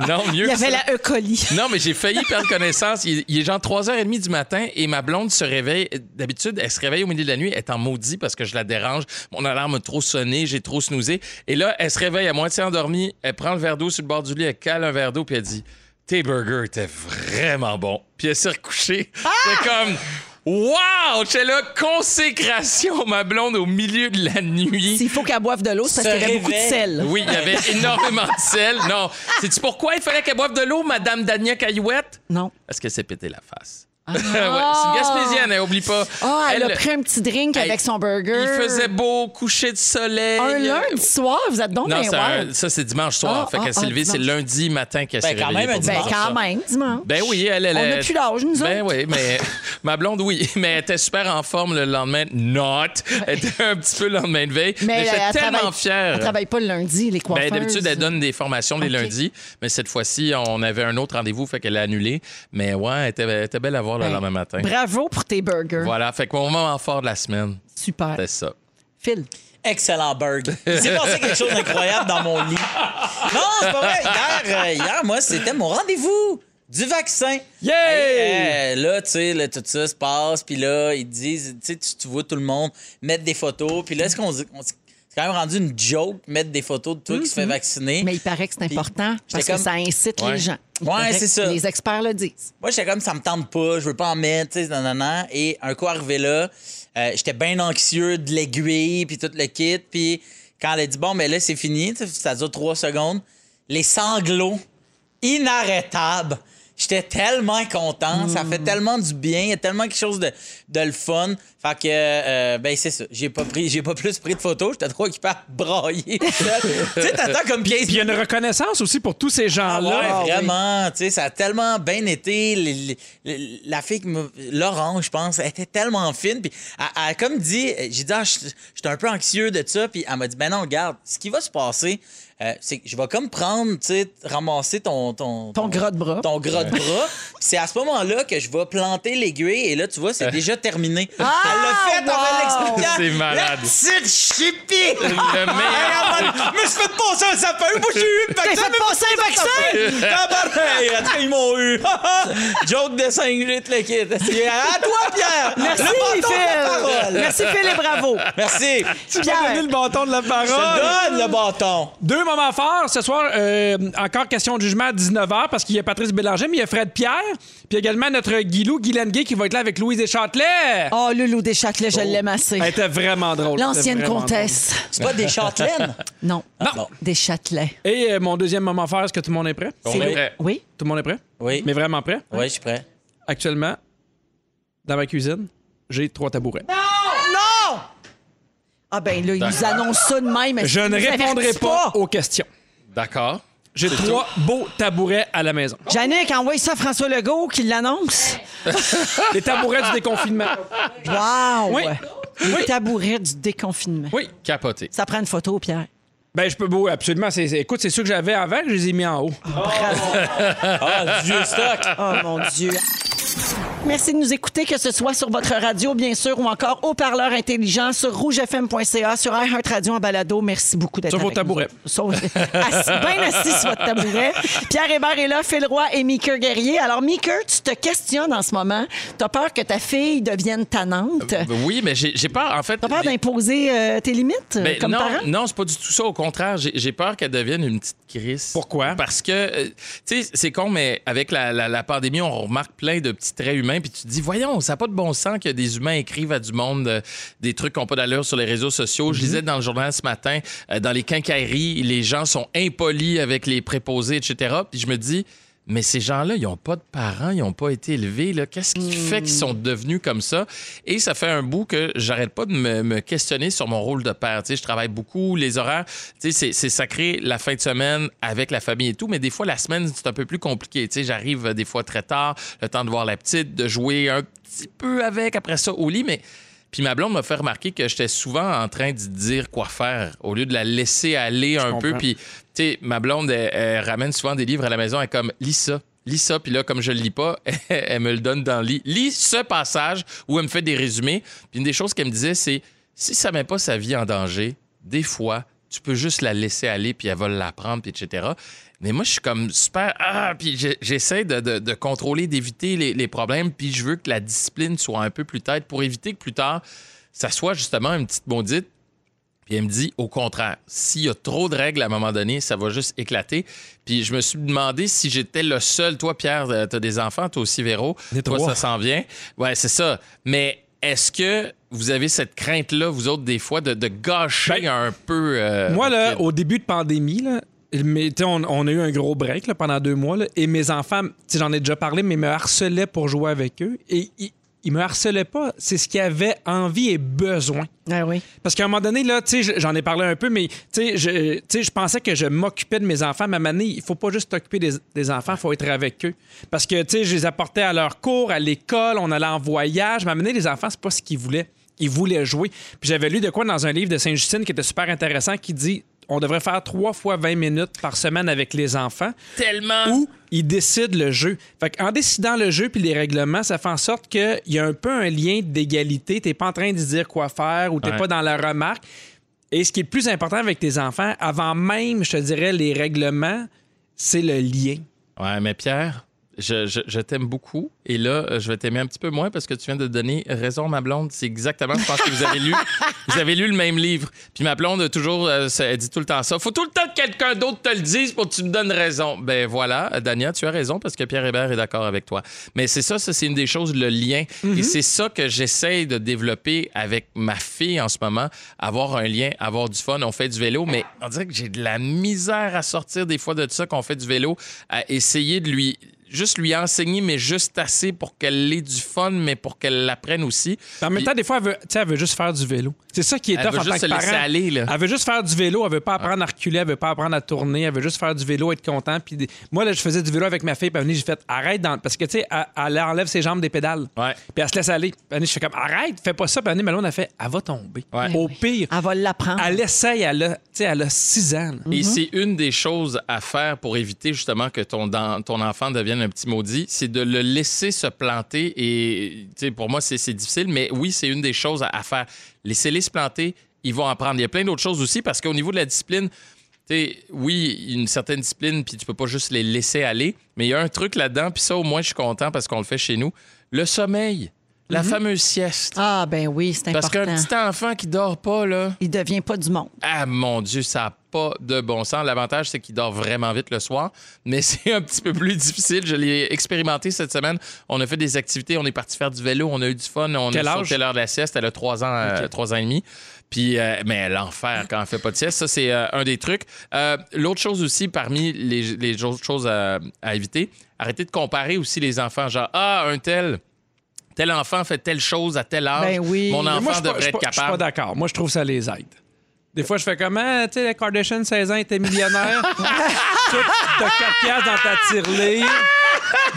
S2: non,
S1: Il
S2: mieux
S1: y
S2: que
S1: avait
S2: ça.
S1: la E. coli. <laughs>
S2: Non, mais j'ai failli perdre connaissance. Il, il est genre 3h30 du matin et ma blonde se réveille. D'habitude, elle se réveille au milieu de la nuit, elle est en maudit parce que je la dérange. Mon alarme a trop sonné, j'ai trop snoozé. Et là, elle se réveille à moitié endormie, elle prend le verre d'eau sur le bord du lit, elle cale un verre d'eau puis elle dit Tes burgers étaient vraiment bons. Puis elle s'est recouchée. C'est comme. Wow! J'étais là, consécration, ma blonde, au milieu de la nuit.
S1: S'il faut qu'elle boive de l'eau, c'est parce
S5: Se
S1: qu'il y avait beaucoup de
S5: réveille.
S1: sel.
S2: Oui, il y avait énormément de sel. Non. Sais-tu pourquoi il fallait qu'elle boive de l'eau, Madame Dania Caillouette?
S1: Non.
S2: Parce qu'elle s'est pété la face. <laughs> c'est une Gaspésienne, hein, oublie pas.
S1: Ah, elle, a
S2: Elle-
S1: pris un petit drink
S2: Hey,
S1: avec son burger.
S2: Il faisait beau, coucher de soleil.
S1: Un lundi soir, vous êtes donc
S2: Non,
S1: bien
S2: c'est un-
S1: wild.
S2: ça, c'est dimanche soir.
S1: Ah,
S2: fait
S1: ah,
S2: qu'elle
S1: ah,
S2: s'est levée, c'est
S1: dimanche.
S2: lundi matin qu'elle
S5: Ben,
S2: s'est
S5: quand
S2: réveillée.
S5: même un
S2: pour
S1: Ben
S2: faire
S1: quand
S2: ça.
S1: même, dimanche.
S2: Ben oui, elle, elle
S1: On
S2: est-
S1: n'a plus d'âge, nous
S2: Ben
S1: autres.
S2: oui, mais <laughs> ma blonde, oui. Mais elle était super en forme le lendemain. Not. Elle était un petit peu le lendemain de veille. Mais,
S1: elle,
S2: j'étais
S1: elle
S2: tellement
S1: travaille,
S2: fière.
S1: Elle travaille pas le lundi, les
S2: Ben,
S1: coiffeuses.
S2: D'habitude, elle donne des formations les lundis, mais cette fois-ci, on avait un autre rendez-vous, fait qu'elle a annulé. Mais ouais, elle était, elle était belle à voir le
S1: Ben,
S2: lendemain matin.
S1: Bravo pour tes burgers.
S2: Voilà, fait que mon moment fort de la semaine,
S1: Super.
S2: c'était ça.
S1: Phil.
S5: Excellent burger. Il s'est passé quelque chose d'incroyable dans mon lit. Non, c'est pas vrai. Hier, euh, hier moi, c'était mon rendez-vous du vaccin.
S3: Yay!
S5: Hey, euh, là, tu sais, là, tout ça se passe, puis là, ils disent, tu sais, tu- tu vois tout le monde mettre des photos, puis là, est-ce qu'on dit- on- c'est quand même rendu une joke mettre des photos de toi
S6: Mhm.
S5: qui se fait vacciner.
S1: Mais il paraît que c'est
S5: Puis,
S1: important
S5: j'étais
S1: parce que
S5: comme-
S1: ça incite
S2: Ouais.
S1: les gens. Il
S5: Ouais,
S1: paraît
S5: c'est
S1: que
S5: ça.
S1: Les experts le disent.
S5: Moi, j'étais comme, ça me tente pas, je veux pas en mettre, tu sais, nanana. Et un coup arrivé là, euh, j'étais bien anxieux de l'aiguille, puis tout le kit. Puis quand elle a dit, bon, mais là, c'est fini, tu sais, ça dure trois secondes, les sanglots inarrêtables. J'étais tellement content, ça
S3: Hmm.
S5: fait tellement du bien, il y a tellement quelque chose de, de le fun. Fait que, euh, ben, c'est ça. J'ai pas, pris, j'ai pas plus pris de photos, j'étais trop occupé à brailler. <laughs> tu sais, t'attends comme pièce
S3: Puis il y a une reconnaissance aussi pour tous ces
S5: ah ouais,
S3: gens-là.
S5: vraiment, tu sais, ça a tellement bien été. Les- les- la fille, qui m'a- Laurent, je pense, elle était tellement fine. Puis elle, elle a comme dit, j'ai dit, Ah, je j'étais un peu anxieux de ça. Puis elle m'a dit, ben non, regarde, ce qui va se passer, euh, c'est que je vais comme prendre, tu sais, ramasser ton. Ton,
S1: Ton gras de bras.
S5: Ton gras de bras. c'est à ce moment-là que je vais planter l'aiguille. Et là, tu vois, c'est déjà terminé. elle l'a fait en
S1: Ah, wow!
S5: me l'expliquant.
S2: C'est malade.
S5: La petite chipie!
S2: Le meilleur.
S5: Mais je fais passer un sapin. Moi, j'ai eu le vaccin.
S1: fait
S5: mais
S1: passer un
S5: vaccin. Tabarnak. Attends, ils m'ont eu. <laughs> Joke de 5 litres, le kit. C'est À toi, Pierre.
S1: Merci,
S5: Le bâton de la
S1: Phil.
S5: parole.
S1: Merci, Phil, et bravo.
S5: Merci.
S1: Pierre.
S3: le bâton de la parole.
S5: Je te donne le bâton.
S3: Deux moments forts ce soir. euh, encore question de jugement à 19h parce qu'il y a Patrice Bélanger, mais il y a Fred Pierre, puis également notre Guilou Guylaine Gay qui va être là avec Louise Deschâtelet.
S1: Oh, Loulou Deschâtelet, je l'aime assez.
S3: Elle était vraiment drôle.
S1: L'ancienne
S3: C'était vraiment
S1: comtesse.
S5: C'est pas des châtelaines.
S1: Non. Ah,
S5: bon.
S1: Deschâtelet.
S3: drôle. Et euh, mon deuxième moment fort, est-ce que tout le monde est prêt?
S2: On est prêt.
S1: Oui?
S3: Tout le monde est prêt?
S5: Oui.
S3: Mais vraiment prêt?
S5: Oui, je suis prêt.
S3: Actuellement, dans ma cuisine, j'ai trois tabourets.
S1: Ah, Non! Ah ben là, il nous annonce ça de même. Est-ce
S3: Je
S1: qu'il
S3: ne
S1: nous
S3: répondrai
S1: avertit
S3: pas aux questions.
S2: D'accord.
S3: J'ai trois beaux tabourets à la
S5: Ah!
S3: maison.
S1: Jannick, envoie ça à François Legault qui l'annonce.
S3: Les tabourets
S5: Ah!
S3: du déconfinement.
S1: Wow!
S3: Oui.
S1: Le tabouret du déconfinement.
S3: Oui.
S2: Capoté.
S1: Ça prend une photo, Pierre.
S3: Ben, je peux. oui, absolument. c'est- c'est- écoute, c'est ceux que j'avais avant que je les ai mis en haut.
S5: Ah, du vieux stock.
S1: Oh mon Dieu. Merci de nous écouter, que ce soit sur votre radio, bien sûr, ou encore au parleur intelligent sur rougefm.ca, sur iHeartRadio en balado. Merci beaucoup d'être
S3: Sur vos
S1: avec
S3: tabourets.
S1: nous. Sur <laughs> assis, bien assis sur votre tabouret. Pierre Hébert est là, Phil Roy et Mickey Guerrier. Alors, Mickey, tu te questionnes en ce moment. T'as peur que ta fille devienne tannante.
S2: Oui, mais j'ai j'ai peur. En fait.
S1: T'as peur
S2: les-
S1: d'imposer euh, tes limites euh,
S2: Ben,
S1: comme
S2: non,
S1: parent?
S2: non, c'est pas du tout ça. Au contraire, j'ai j'ai peur qu'elle devienne une petite crise.
S3: Pourquoi?
S2: Parce que, euh, tu sais, c'est con, mais avec la, la- la pandémie, on remarque plein de petits traits humains. Puis tu te dis, voyons, ça n'a pas de bon sens que des humains écrivent à du monde euh, des trucs qui n'ont pas d'allure sur les réseaux sociaux. Je lisais dans le journal ce matin, euh, dans les quincailleries, les gens sont impolis avec les préposés, etc. Puis je me dis. Mais ces gens-là, ils n'ont pas de parents, ils n'ont pas été élevés. là. Qu'est-ce qui fait qu'ils sont devenus comme ça? Et ça fait un bout que j'arrête pas de me, me questionner sur mon rôle de père. Tu sais, je travaille beaucoup, les horaires, tu sais, c'est- c'est sacré la fin de semaine avec la famille et tout, mais des fois, la semaine, c'est un peu plus compliqué. Tu sais, j'arrive euh, des fois très tard, le temps de voir la petite, de jouer un petit peu avec après ça au lit, mais. Puis ma blonde m'a fait remarquer que j'étais souvent en train d'y dire quoi faire au lieu de la laisser aller un peu.
S3: comprends.
S2: Puis, tu sais, ma blonde, elle, elle ramène souvent des livres à la maison. Elle est comme, lis ça, lis ça. Puis là, comme je le lis pas, <laughs> elle me le donne dans le lit. Lis ce passage où elle me fait des résumés. Puis une des choses qu'elle me disait, c'est si ça met pas sa vie en danger, des fois, tu peux juste la laisser aller, puis elle va l'apprendre, puis etc. Mais moi, je suis comme super. Ah, puis j'ai- j'essaie de, de- de contrôler, d'éviter les, les problèmes, puis je veux que la discipline soit un peu plus tête pour éviter que plus tard, ça soit justement une petite bondite. Puis elle me dit, au contraire, s'il y a trop de règles à un moment donné, ça va juste éclater. Puis je me suis demandé si j'étais le seul. Toi, Pierre, euh, t'as des enfants, toi aussi, Véro.
S3: Des
S2: toi,
S3: trois.
S2: ça s'en vient. Ouais, c'est ça. Mais est-ce que vous avez cette crainte-là, vous autres, des fois, de, de gâcher
S3: Ben,
S2: un peu. euh,
S3: Moi, là,
S2: votre kid?
S3: au début de pandémie, là, mais tu sais, on, on a eu un gros break là, pendant deux mois. là, et mes enfants, tu sais, j'en ai déjà parlé, mais ils me harcelaient pour jouer avec eux. Et ils, ils me harcelaient pas. C'est ce qu'ils avaient envie et besoin.
S1: Ah oui.
S3: Parce qu'à un moment donné, là, tu sais, j'en ai parlé un peu, mais tu sais, je, tu sais, je pensais que je m'occupais de mes enfants. Mais à un moment donné, il faut pas juste s'occuper des, des enfants, il faut être avec eux. Parce que, tu sais, je les apportais à leur cours, à l'école, on allait en voyage. Mais à un moment donné, les enfants, c'est pas ce qu'ils voulaient. Ils voulaient jouer. Puis j'avais lu de quoi dans un livre de Saint-Justine qui était super intéressant, qui dit on devrait faire trois fois 20 minutes par semaine avec les enfants
S2: Tellement.
S3: où ils décident le jeu. Fait en décidant le jeu puis les règlements, ça fait en sorte qu'il y a un peu un lien d'égalité. T'es pas en train de dire quoi faire ou t'es
S2: Ouais.
S3: pas dans la remarque. Et ce qui est le plus important avec tes enfants, avant même, je te dirais, les règlements, c'est le lien.
S2: Ouais, mais Pierre, je, je- je t'aime beaucoup. Et là, euh, je vais t'aimer un petit peu moins parce que tu viens de donner raison à ma blonde. C'est exactement, je pense que vous avez lu, vous avez lu le même livre. Puis ma blonde, toujours, euh, ça- elle dit tout le temps ça. Faut tout le temps que quelqu'un d'autre te le dise pour que tu me donnes raison. Ben voilà, euh, Dania, tu as raison parce que Pierre Hébert est d'accord avec toi. Mais c'est ça, ça, c'est une des choses, le lien. Et c'est ça que j'essaye de développer avec ma fille en ce moment. Avoir un lien, avoir du fun. On fait du vélo, mais on dirait que j'ai de la misère à sortir des fois de ça qu'on fait du vélo, à essayer de lui juste lui enseigner, mais juste assez pour qu'elle ait du fun, mais pour qu'elle l'apprenne aussi.
S3: En même
S2: Puis-
S3: temps, des fois, elle veut, tu sais, elle veut juste faire du vélo. C'est ça qui est
S2: Elle
S3: tough
S2: veut
S3: en
S2: juste
S3: tant que
S2: se laisser
S3: parent.
S2: aller, là.
S3: Elle veut juste faire du vélo, elle veut pas apprendre à reculer, elle veut pas apprendre à tourner, elle veut juste faire du vélo, être content. Puis des- moi, là, je faisais du vélo avec ma fille, puis à un moment donné, j'ai fait arrête, dans... parce que tu sais, elle, elle enlève ses jambes des pédales.
S2: Ouais.
S3: Puis elle se laisse aller. Puis à un moment donné, je fais comme arrête, fais pas ça. Puis à un moment donné, Malone a fait elle va tomber.
S2: Ouais.
S3: Au pire,
S1: Elle va l'apprendre.
S3: elle essaye, elle a, tu sais, elle a 6 ans. là.
S1: Mm-hmm.
S2: Et c'est une des choses à faire pour éviter justement que ton, dan- ton enfant devienne un petit maudit, c'est de le laisser se planter. Et tu sais, pour moi, c'est c'est difficile, mais oui, c'est une des choses à, à faire. Laissez-les se planter, ils vont apprendre. Il y a plein d'autres choses aussi parce qu'au niveau de la discipline, tu sais, oui, une certaine discipline, puis tu peux pas juste les laisser aller, mais il y a un truc là-dedans, puis ça, au moins, je suis content parce qu'on le fait chez nous. Le sommeil, la fameuse sieste.
S1: Mm-hmm. Ah ben oui, c'est
S2: parce
S1: important.
S2: qu'un petit enfant qui dort pas, là.
S1: Il devient pas du monde.
S2: Ah mon Dieu, ça n'a pas de bon sens. L'avantage, c'est qu'il dort vraiment vite le soir, mais <laughs> c'est un petit peu plus difficile. Je l'ai expérimenté cette semaine. On a fait des activités, on est parti faire du vélo, on a eu du fun, on
S3: Quel
S2: a
S3: âge?
S2: sauté l'heure de la sieste. Elle a trois ans, euh, trois ans et demi. Puis, euh, mais l'enfer quand on fait pas de sieste, ça, c'est euh, un des trucs. Euh, L'autre chose aussi, parmi les, les autres choses à, à éviter, arrêtez de comparer aussi les enfants. Genre, ah, un tel. Tel enfant fait telle chose à tel âge.
S1: Ben oui.
S2: Mon
S1: Mais
S2: enfant
S3: Mais moi, je suis pas-
S2: devrait
S3: je suis
S2: être
S3: pas- Je suis pas
S2: capable.
S3: d'accord. Moi, je trouve que ça les aide. Des fois, je fais comment? tu sais, la Kardashian, 16 ans, était millionnaire.
S2: <laughs>
S3: Toi, T'as 4 piastres dans ta tirelire.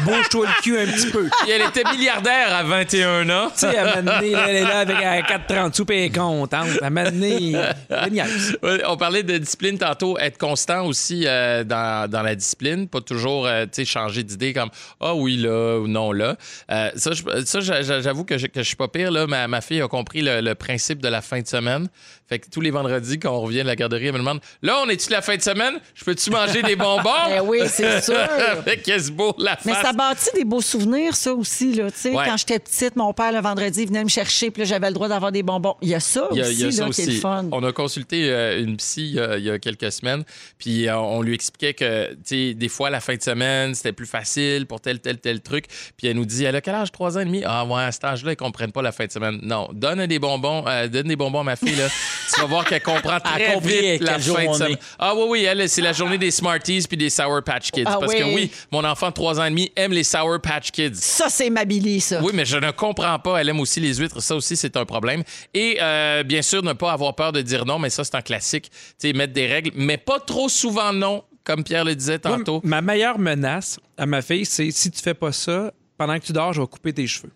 S3: Bouge-toi le cul un petit peu.
S2: Puis elle était milliardaire à 21 ans.
S3: Tu sais, à un moment donné, là, elle est là avec euh, 4,30 sous, puis elle est contente. À un moment donné, elle niaise.
S2: Ouais, on parlait de discipline tantôt, être constant aussi euh, dans, dans la discipline, pas toujours euh, tu sais, changer d'idée comme ah oui là ou non là. Euh, ça, je- ça, j'a- j'a- j'avoue que je, que je suis pas pire là. Ma, ma fille a compris le, le principe de la fin de semaine. Fait que tous les vendredis quand on revient de la garderie, elle me demande là on est-tu la fin de semaine Je peux-tu manger des bonbons
S1: <laughs> Ben oui,
S2: Ah!
S1: c'est sûr.
S2: Fait qu'elle se bourre la
S1: Mais
S2: face.
S1: ça bâtit des beaux souvenirs, ça aussi. Là. Tu sais,
S2: Ouais.
S1: Quand j'étais petite, mon père, le vendredi, il venait me chercher, puis là, j'avais le droit d'avoir des bonbons. Il y a ça
S2: Il y a, il
S1: aussi
S2: y a ça
S1: là, qui est le
S2: aussi.
S1: fun.
S2: On a consulté euh, une psy euh, il y a quelques semaines, puis euh, on lui expliquait que tu sais, des fois, la fin de semaine, c'était plus facile pour tel, tel, tel truc. Puis elle nous dit Elle a quel âge Trois ans et demi Ah, ouais, à cet âge-là, ils comprennent pas la fin de semaine. Non, donne des bonbons, euh, donne des bonbons à ma fille, là. tu vas voir qu'elle comprend
S5: Elle a
S2: très
S5: compris
S2: vite la
S5: quel jour
S2: fin de
S5: on est.
S2: semaine. Ah, oui, oui, elle, c'est la journée des Smarties puis des Sour Patch Kids.
S1: Ah
S2: parce que
S1: oui.
S2: oui, mon enfant de trois ans et demi aime les Sour Patch Kids.
S1: Ça, c'est ma Billy, ça.
S2: <laughs> Oui, mais je ne comprends pas. Elle aime aussi les huîtres. Ça aussi, c'est un problème. Et euh, bien sûr, ne pas avoir peur de dire non, mais ça, c'est un classique. Tu sais, mettre des règles, mais pas trop souvent non, comme Pierre le disait
S3: Moi,
S2: tantôt.
S3: ma meilleure menace à ma fille, c'est si tu fais pas ça, pendant que tu dors, je vais couper tes cheveux.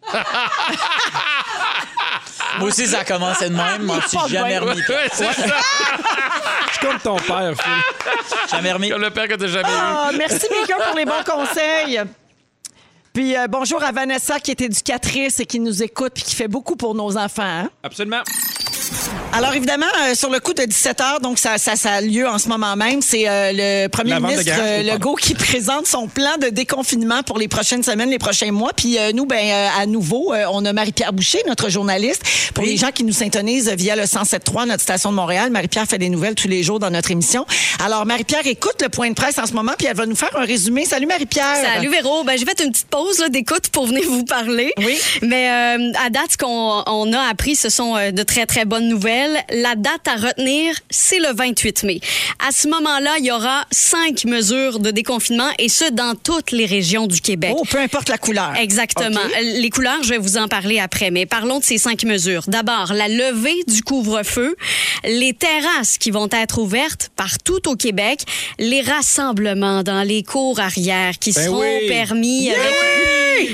S5: Moi aussi, ça a commencé de même. M'en suis
S1: Pas de
S5: jamais
S1: bain.
S5: remis.
S2: <laughs> Ouais, c'est ça,
S3: Je suis comme ton père, Phil.
S5: Jamais remis.
S2: comme le père que t'as jamais eu.
S1: Ah, merci, Mika, pour les bons conseils. Puis euh, bonjour à Vanessa, qui est éducatrice et qui nous écoute, puis qui fait beaucoup pour nos enfants. hein.
S3: Absolument.
S1: Alors évidemment, euh, sur le coup de 17 h donc ça, ça, ça a lieu en ce moment même, c'est euh, le premier
S3: La vente de
S1: ministre
S3: garage,
S1: euh,
S3: oh, pardon.
S1: Legault qui <laughs> présente son plan de déconfinement pour les prochaines semaines, les prochains mois. Puis euh, nous, ben euh, à nouveau, euh, on a Marie-Pierre Boucher, notre journaliste. Pour les gens qui nous syntonisent via le 107.3, notre station de Montréal, Marie-Pierre fait des nouvelles tous les jours dans notre émission. Alors Marie-Pierre écoute le point de presse en ce moment, puis elle va nous faire un résumé. Salut Marie-Pierre.
S7: Salut Véro. Ben, j'ai fait une petite pause là, d'écoute pour venir vous parler.
S1: Oui.
S7: Mais euh, à date, ce qu'on on a appris, ce sont euh, de très, très bonnes nouvelles. Noël, la date à retenir, c'est le 28 mai. À ce moment-là, il y aura cinq mesures de déconfinement et ce, dans toutes les régions du Québec.
S1: Oh, peu importe la couleur.
S7: Exactement.
S1: OK.
S7: Les couleurs, je vais vous en parler après, mais parlons de ces cinq mesures. D'abord, la levée du couvre-feu, les terrasses qui vont être ouvertes partout au Québec, les rassemblements dans les cours arrière qui
S3: Ben
S7: seront
S3: oui.
S7: permis avec...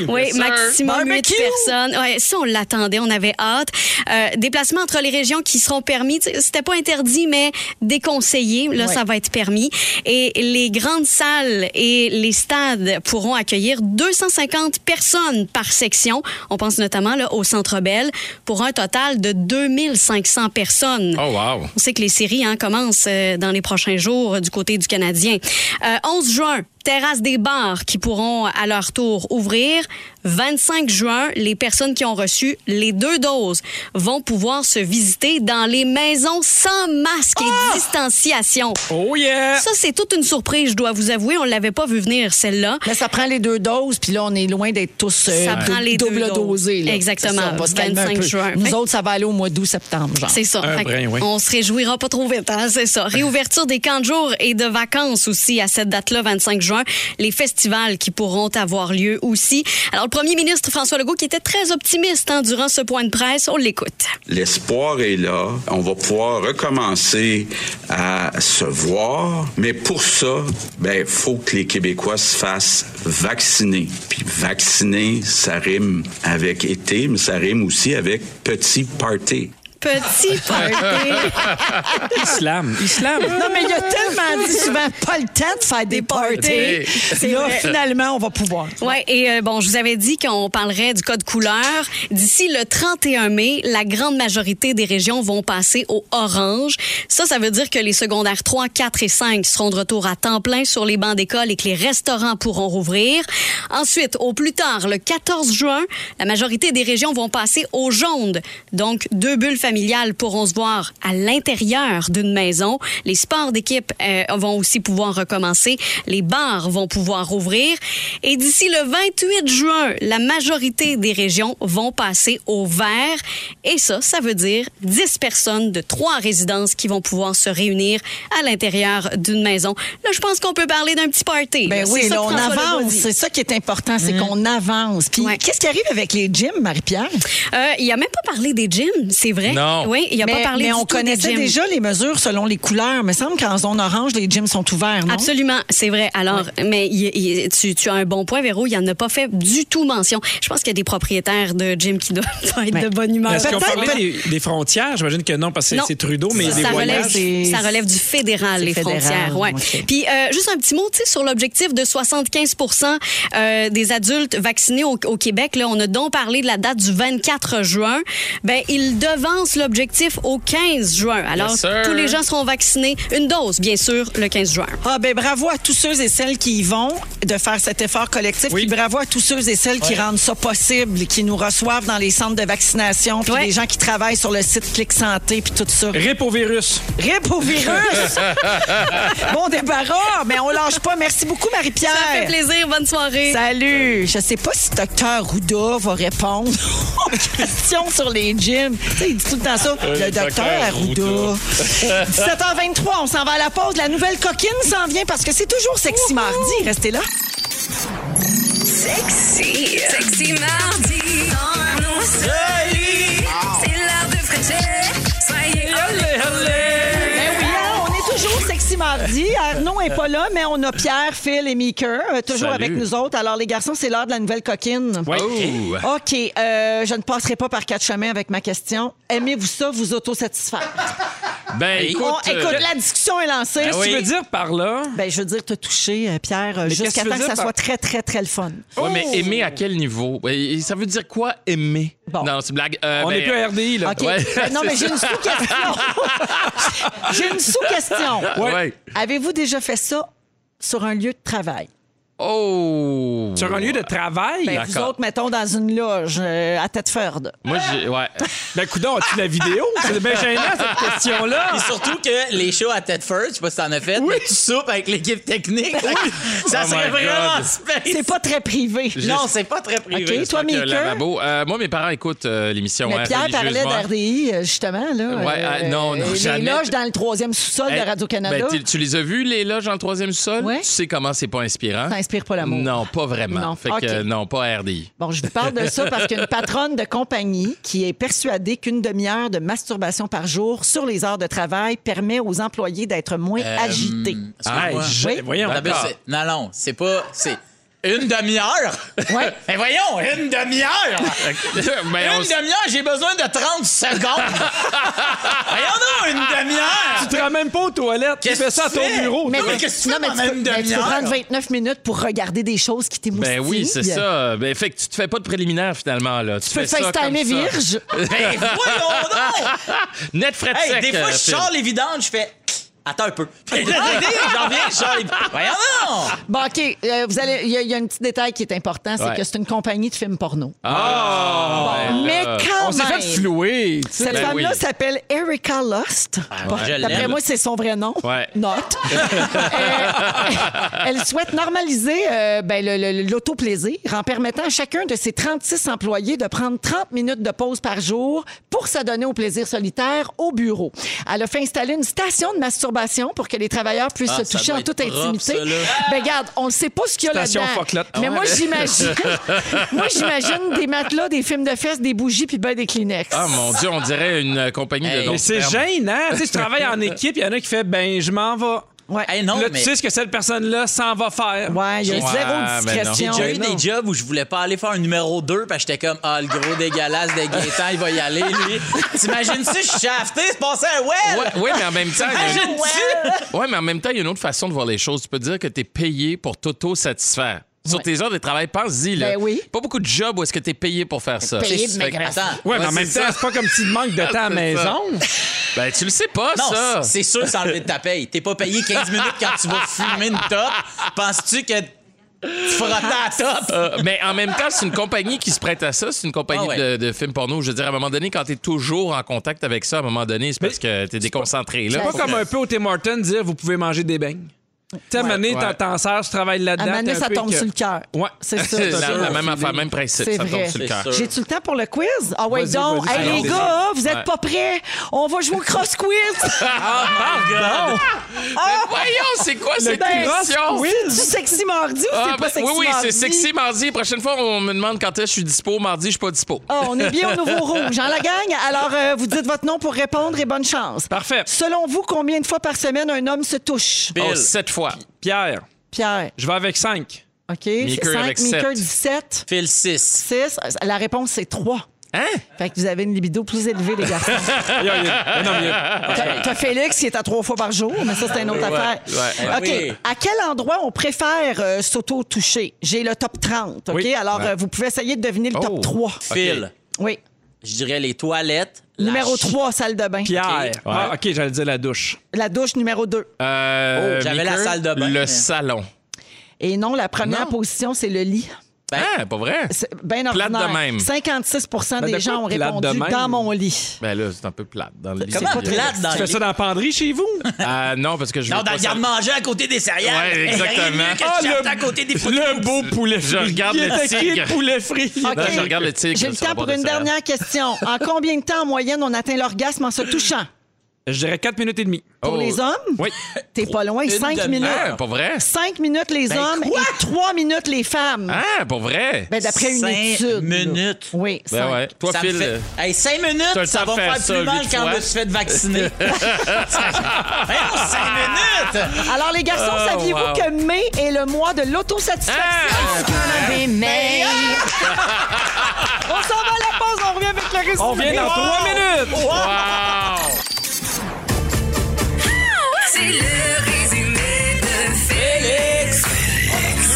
S7: Oui,
S2: Yes, sir.
S7: maximum huit
S1: Barbecue.
S7: personnes. Ouais, ça, on l'attendait, on avait hâte. Euh, déplacements entre les régions qui seront permis. Tu sais, C'était pas interdit, mais déconseillé. Là, ça va être permis. Et les grandes salles et les stades pourront accueillir 250 personnes par section. On pense notamment là, au Centre Bell pour un total de 2500 personnes.
S2: Oh, wow.
S7: On sait que les séries hein, commencent euh, dans les prochains jours euh, du côté du Canadien. Euh, 11 juin, terrasse des bars qui pourront à leur tour ouvrir. 25 juin, les personnes qui ont reçu les deux doses vont pouvoir se visiter dans les maisons sans masque et distanciation.
S3: Oh yeah!
S7: Ça, c'est toute une surprise, je dois vous avouer. On l'avait pas vu venir, celle-là.
S1: Mais ça prend les deux doses, puis là, on est loin d'être tous euh,
S7: Ça prend les deux
S1: double
S7: doses.
S1: dosés. là.
S7: Exactement,
S1: C'est ça, on va se calmer un
S7: 25
S1: peu.
S7: juin.
S1: Nous
S7: Fait-
S1: autres, ça va aller au mois d'août-septembre, genre.
S7: C'est ça.
S3: Un
S7: Fait que
S3: brin, oui.
S7: On se réjouira pas trop vite, hein, c'est ça. Réouverture des camps de jour et de vacances aussi à cette date-là, 25 juin. Les festivals qui pourront avoir lieu aussi. Alors, le premier ministre François Legault, qui était très optimiste hein, durant ce point de presse, on l'écoute.
S8: L'espoir est là. On va pouvoir recommencer à se voir. Mais pour ça, ben, faut que les Québécois se fassent vacciner. Puis vacciner, ça rime avec été, mais ça rime aussi avec petit party.
S3: <laughs>
S7: Petit party.
S3: Islam. Islam.
S7: <laughs>
S1: Non, mais il a tellement dit souvent pas le temps de faire des parties.
S2: parties.
S1: C'est là, finalement, on va pouvoir.
S7: Ouais, et euh, bon, je vous avais dit qu'on parlerait du code couleur. D'ici le 31 mai, la grande majorité des régions vont passer au orange. Ça, ça veut dire que les secondaires 3, 4 et 5 seront de retour à temps plein sur les bancs d'école et que les restaurants pourront rouvrir. Ensuite, au plus tard, le 14 juin, la majorité des régions vont passer au jaune. Donc, deux bulles familiales pourront se voir à l'intérieur d'une maison. Les sports d'équipe euh, vont aussi pouvoir recommencer. Les bars vont pouvoir rouvrir. Et d'ici le 28 juin, la majorité des régions vont passer au vert. Et ça, ça veut dire 10 personnes de trois résidences qui vont pouvoir se réunir à l'intérieur d'une maison. Là, je pense qu'on peut parler d'un petit party.
S1: Ben
S7: C'est
S1: oui,
S7: ça
S1: là,
S7: que
S1: on
S7: François Legault
S1: avance.
S7: dit. Hum.
S1: C'est ça qui est important, c'est qu'on avance. Puis
S7: Ouais.
S1: qu'est-ce qui arrive avec les gyms, Marie-Pierre?
S7: Euh, il a même pas parlé des gyms, c'est vrai.
S2: Non.
S7: Oui, il a pas
S1: mais,
S7: parlé
S1: Ben, mais
S7: du
S1: on
S7: tout des
S1: connaissait
S7: gyms.
S1: déjà les mesures selon les couleurs. Il me semble qu'en zone orange, les gyms sont ouverts, non?
S7: Absolument, c'est vrai. Alors, mais il- il- tu, tu as un bon point, Véro. Il n'en a pas fait du tout mention. Je pense qu'il y a des propriétaires de gym qui doivent <laughs> être de bonne humeur.
S3: Est-ce qu'on
S1: Peut-être,
S3: parlait
S1: peut-
S3: des, des frontières? J'imagine que non, parce que
S7: Ah, Non.
S3: c'est Trudeau, mais
S7: ça,
S3: des
S7: ça relève,
S3: voyages.
S1: C'est-
S7: ça relève du fédéral,
S1: C'est
S7: les
S1: fédéral,
S7: frontières. Ouais.
S1: ok.
S7: Puis, euh, juste un petit mot tu sais, sur l'objectif de 75 euh, des adultes vaccinés au, au Québec. Là, on a donc parlé de la date du 24 juin. Ben, ils devancent l'objectif au 15 juin. Alors,
S2: Yes, sir.
S7: tous les gens seront vaccinés. Une dose, bien sûr, le 15 juin.
S1: Ah ben bravo à tous ceux et celles qui y vont de faire cet effort collectif.
S3: Oui.
S1: Puis bravo à tous ceux et celles qui rendent ça possible, qui nous reçoivent dans les centres de vaccination, puis
S7: Ouais.
S1: les gens qui travaillent sur le site Clic Santé, puis tout ça.
S3: Rip au virus.
S1: Rip au virus! bon débarras, mais on lâche pas. Merci beaucoup, Marie-Pierre.
S7: Ça fait plaisir. Bonne soirée.
S1: Salut! Je sais pas si Dr Arruda va répondre <laughs> aux questions sur les gyms. Tu sais, il dit tout le temps ça. le Dr Arruda. 17h23, on s'en va à la pause. La nouvelle coquine s'en vient parce que c'est toujours sexy mardi. Restez là.
S4: Sexy. Sexy mardi. Dans nos solis. C'est l'heure de Frencher. Soyez
S2: Eh
S1: Ben oui, hein, on est toujours sexy mardi. Arnaud n'est pas là, mais on a Pierre, Phil et Meeker, euh, toujours
S2: Salut.
S1: avec nous autres. Alors, les garçons, c'est l'heure de la nouvelle coquine.
S3: Ouais.
S2: Oh.
S1: OK, euh, je ne passerai pas par quatre chemins avec ma question. Aimez-vous ça, vous autosatisfaire?
S2: Ben,
S1: On-
S2: écoute.
S1: Écoute,
S2: euh, Ben
S1: la discussion est lancée.
S3: Qu'est-ce que tu
S2: oui.
S3: veux dire par là?
S1: Ben, je veux dire, te toucher, euh, Pierre, euh,
S3: qu'est-ce
S1: jusqu'à
S3: que tu
S1: temps
S3: veux
S1: que
S3: dire
S1: ça
S3: par-
S1: soit très, très, très le fun.
S2: Ouais, mais aimer à quel niveau? Et- et Ça veut dire quoi aimer?
S1: Bon.
S2: Non, c'est une blague. Euh,
S3: On
S2: ben,
S3: n'est plus à RDI, là.
S1: OK.
S2: Ouais,
S1: Ben, non, mais j'ai une sous-question.
S2: <laughs>
S1: j'ai une sous-question.
S2: Ouais.
S1: Avez-vous déjà fait ça sur un lieu de travail?
S2: Oh!
S3: Sur un lieu de travail?
S1: Ben,
S3: Ben,
S1: vous
S2: D'accord.
S1: autres, mettons, dans une loge euh, à Tedford.
S2: Moi, j'ai. Ouais.
S3: Ben, coudonc, as-tu la vidéo? C'est <laughs> bien gênant, cette question-là.
S5: Et surtout que les shows à Ted First, je sais pas si t'en as fait, mais tu soupes avec l'équipe technique. Ça
S2: Oh
S5: serait
S2: my
S5: vraiment
S2: God.
S5: space.
S1: C'est pas très privé.
S5: Non, c'est pas très privé.
S1: OK, toi,
S2: Fait que
S1: Maker.
S2: lavabo. Euh, moi, mes parents écoutent euh, l'émission. hein,
S1: Mais Pierre parlait
S2: religieusement.
S1: d'RDI, euh, justement. Là, euh,
S2: Ouais, ah, non, non,
S1: les
S2: jamais.
S1: loges dans le troisième sous-sol
S2: Hey,
S1: de Radio-Canada.
S2: ben, tu, tu les as vus, les loges dans le troisième sol?
S1: Ouais.
S2: Tu sais comment c'est pas inspirant?
S1: Ça inspire pas l'amour.
S2: Non, pas vraiment.
S1: Non.
S2: Fait que,
S1: OK.
S2: euh, non,
S1: <laughs>
S2: pas RDI.
S1: Bon, je vous parle de ça parce qu'une patronne de compagnie qui est persuadée qu'une demi-heure de masturbation par jour sur les heures de travail permet aux employés d'être moins
S2: Euh,
S1: agités.
S2: hmm.
S5: Excuse-moi.
S3: Hey, je-
S1: Oui.
S3: Voyons.
S5: Ah ben,
S2: D'accord.
S5: c'est- non, non, c'est pas. C'est une demi-heure.
S1: Ouais.
S5: <laughs> Mais voyons, une demi-heure.
S2: <laughs> Ben, on
S5: une
S2: s-
S5: demi-heure, j'ai besoin de 30 secondes.
S2: <laughs>
S5: voyons, non, une
S3: Tu
S5: demi-heure.
S3: te ramènes pas aux toilettes. Tu
S5: Qu'est-ce
S3: fais ça à
S5: que tu
S3: ton
S5: fais?
S3: bureau.
S5: Mais-
S3: toi.
S5: mais qu'est-ce que tu
S1: non,
S5: fais
S1: mais
S5: pendant
S1: peux-
S5: une
S1: mais tu peux
S5: demi-heure?
S1: prendre 29 minutes pour regarder des choses qui t'émoustillent.
S2: ben oui, c'est ça. Ben, fait que tu te fais pas de préliminaire, finalement. Là. Tu,
S1: Tu peux
S2: fais ça comme
S1: FaceTimer
S2: ça.
S1: Vierge.
S5: Ben, voyons, non.
S2: <laughs> Net frais de
S5: Hey,
S2: sec,
S5: des fois,
S2: euh,
S5: je
S2: Phil.
S5: sors les vidanges, je fais. Attends un peu. <laughs> Puis là, j'en reviens, je sors les vidanges. Voyons, non.
S1: Bon, OK. euh, vous allez- Il y, a- il y a un petit détail qui est important, c'est
S2: Ouais.
S1: que c'est une compagnie de films porno.
S2: Ah! ben
S1: mais
S2: là.
S1: quand
S3: On s'est
S1: même!
S3: fait flouer. tu sais.
S1: Cette
S2: Ben
S1: femme-là
S2: oui.
S1: s'appelle Erica Lust.
S5: Ah ouais, je
S1: D'après
S5: l'aime.
S1: moi, c'est son vrai nom.
S2: Ouais.
S1: <laughs>
S5: <laughs>
S1: Note. Euh, elle souhaite normaliser euh, ben, le- le- l'auto-plaisir en permettant à chacun de ses 36 employés de prendre 30 minutes de pause par jour pour s'adonner au plaisir solitaire au bureau. Elle a fait installer une station de masturbation pour que les travailleurs puissent
S5: Ah,
S1: se
S5: ça
S1: toucher
S5: doit
S1: en toute
S5: être propre,
S1: intimité.
S5: ça, là.
S1: ben, regarde, on ne sait pas ce qu'il y a
S3: Station
S1: là-dedans.
S3: fucklotte.
S1: Mais
S3: Ah ouais,
S1: moi, j'imagine <laughs> moi, j'imagine des matelas, des films de fesses, des bougies puis ben des Kleenex.
S2: Ah, mon Dieu, on dirait une euh, compagnie
S5: Hey.
S2: de
S3: Mais
S2: dons
S3: c'est
S2: de sperme.
S3: gênant. Tu sais, tu travailles en équipe, il y en a qui fait ben, je m'en vais.
S1: Ouais.
S5: Hey, non,
S3: là,
S5: mais.
S3: tu sais ce que cette personne-là s'en va faire.
S1: Ouais, il y a
S2: Ouais,
S1: zéro
S2: ben non.
S1: discrétion.
S5: J'ai déjà eu
S3: non.
S5: des jobs où je voulais pas aller faire un numéro 2 parce que j'étais comme Ah, le gros dégueulasse de Gaétan, il va y aller, lui. T'imagines si je suis shafté, c'est passé un well?
S2: Ouais, ouais, mais en même temps, il y a une-
S5: T'imagines-tu?
S2: Ouais, mais en même temps, il y a une autre façon de voir les choses. Tu peux dire que tu es payé pour t'auto-satisfaire. Sur
S1: Ouais.
S2: tes heures de travail, pense-y. là.
S1: Ben oui.
S2: Pas beaucoup de jobs où est-ce que tu es payé pour faire ça.
S1: Payé de
S2: Fait que-
S1: maigrir.
S5: Attends.
S3: Ouais, mais en
S5: Ouais,
S3: même
S5: c'est
S3: temps,
S5: ça.
S3: c'est pas comme si tu manques de temps à la
S2: C'est ça.
S3: maison.
S2: Ben, tu le sais pas, ça.
S5: Non, c'est sûr que c'est enlevé de ta paye. T'es pas payé 15 minutes quand tu vas fumer une top. Penses-tu que tu frottais à top?
S2: Euh, mais en même temps, c'est une compagnie qui se prête à ça. C'est une compagnie
S5: Ah ouais.
S2: de, de films porno. Je veux dire, à un moment donné, quand t'es toujours en contact avec ça, à un moment donné, c'est parce que t'es déconcentré. Là.
S3: C'est pas comme un peu au Tim Hortons dire vous pouvez manger des beignes. Tu sais, à un moment donné,
S2: Ouais.
S3: t'en- t'en sers, tu travailles
S1: À un
S3: là-dedans.
S1: moment donné,
S3: t'es un
S1: ça
S3: peu
S1: tombe
S3: que-
S1: sur le cœur.
S3: Ouais.
S1: C'est ça.
S2: C'est <laughs> la,
S3: sûr.
S2: la même affaire, même principe.
S1: C'est
S2: Ça
S1: vrai.
S2: tombe sur le
S5: C'est
S2: cœur.
S5: sûr.
S1: J'ai-tu le temps pour le quiz? Ah ouais,
S3: Vas-y,
S1: donc,
S3: vas-y,
S1: hey,
S3: vas-y.
S1: les gars, vous êtes
S2: Ouais.
S1: pas prêts? On va jouer au cross-quiz!
S2: Mais voyons, <laughs> c'est quoi cette
S1: ben,
S2: question?
S1: du sexy mardi ou
S2: Ah,
S1: c'est pas
S2: ben,
S1: sexy
S2: oui, oui,
S1: mardi?
S2: c'est sexy mardi. Prochaine fois, on me demande quand est-ce que je suis dispo. Mardi, je suis pas dispo.
S1: Ah, on est bien au
S2: <laughs>
S1: Nouveau Rouge, hein, la gang? Alors, euh, vous dites votre nom pour répondre et bonne chance.
S3: Parfait.
S1: Selon vous, combien de fois par semaine un homme se touche?
S2: Oh,
S5: Bill.
S2: sept fois.
S3: Pierre,
S1: Pierre,
S3: je vais avec 5.
S1: OK? c'est cinq,
S2: avec
S1: Meeker,
S2: sept.
S1: 17,
S5: Fil 6.
S1: 6. La réponse, c'est 3.
S2: Hein?
S1: Fait que vous avez une libido plus élevée, les
S2: <laughs>
S1: garçons.
S2: Ah,
S1: T'as t'as Félix qui est à trois fois par jour, mais ça, c'est une autre affaire.
S5: ouais.
S1: OK.
S5: Oui.
S1: À quel endroit on préfère euh, s'auto-toucher? J'ai le top 30, OK?
S3: Oui.
S1: Alors, euh, vous pouvez essayer de deviner le
S2: Oh.
S1: top 3.
S5: Fil.
S1: Oui.
S5: Je dirais les toilettes. la
S1: Numéro
S5: ch-
S1: 3, salle de bain.
S3: Pierre. Ah, OK, j'allais dire la douche.
S1: La douche numéro 2.
S2: Euh,
S5: Oh, j'avais la
S2: Meeker,
S5: salle de bain,
S2: Le
S5: mais-
S2: salon.
S1: Et non, la première
S2: Non.
S1: position, c'est le lit.
S5: Ben,
S2: Hein, pas vrai?
S1: C'est bien
S2: Plate
S1: ordinaire.
S2: de même.
S1: 56
S3: de
S1: des
S3: quoi
S1: gens ont
S3: plate de
S1: répondu
S3: même?
S1: dans mon lit.
S2: Ben là, c'est un peu plate. Dans le lit.
S5: Comment
S2: C'est-
S5: plate dans
S3: Tu
S5: le
S3: fais ça
S5: lit?
S3: dans la penderie chez
S2: <laughs>
S3: vous?
S2: Ah, non, parce que je
S5: Non,
S2: veux
S5: dans
S2: pas
S5: le
S2: ça-
S5: garde-manger à côté des céréales.
S2: Ouais,
S5: Il y a rien de
S2: exactement.
S5: mieux que
S2: Ah,
S5: de chatter à côté des fruits.
S3: Le beau poulet
S2: Je
S3: frit.
S2: regarde
S3: Il
S2: le
S3: est écrit
S2: tigre.
S3: poulet frit.
S1: OK.
S2: Ben, je regarde le tigre
S1: J'ai
S2: sur
S1: le
S2: le
S1: temps
S2: bord
S1: pour
S2: de
S1: une
S2: céréales.
S1: dernière question. En combien de temps, en moyenne, on atteint l'orgasme en se touchant?
S3: Je dirais 4 minutes et demie.
S1: Pour
S2: Oh.
S1: les hommes,
S2: Oui.
S1: t'es pas loin,
S5: Une
S1: 5
S5: demi-heure.
S1: minutes.
S2: Ah, pas vrai?
S1: 5 minutes les
S5: Ben
S1: hommes
S5: quoi?
S1: et 3 minutes les femmes.
S2: Ah, pour vrai?
S1: Ben, d'après une
S5: Cinq
S1: étude. là.
S5: minutes.
S1: Oui,
S2: Ben
S1: cinq.
S2: ouais. Toi,
S5: Ça me
S2: Phil.
S5: fait...
S2: euh,
S5: <laughs> Hey, 5 minutes,
S2: T'as le
S5: ça
S2: temps
S5: va
S2: de
S5: me
S2: faire
S5: faire
S2: ça
S5: plus mal
S2: huit
S5: quand
S2: fois.
S5: je me suis
S2: <laughs>
S5: fait vacciner. 5 minutes!
S1: Alors, les garçons,
S2: Oh,
S1: saviez-vous
S2: wow.
S1: que mai est le mois de l'autosatisfaction?
S2: Ah!
S1: mai. on s'en va à la pause, on revient avec le résumé.
S3: On vient dans 3 minutes.
S2: Wow!
S4: C'est le résumé de Félix.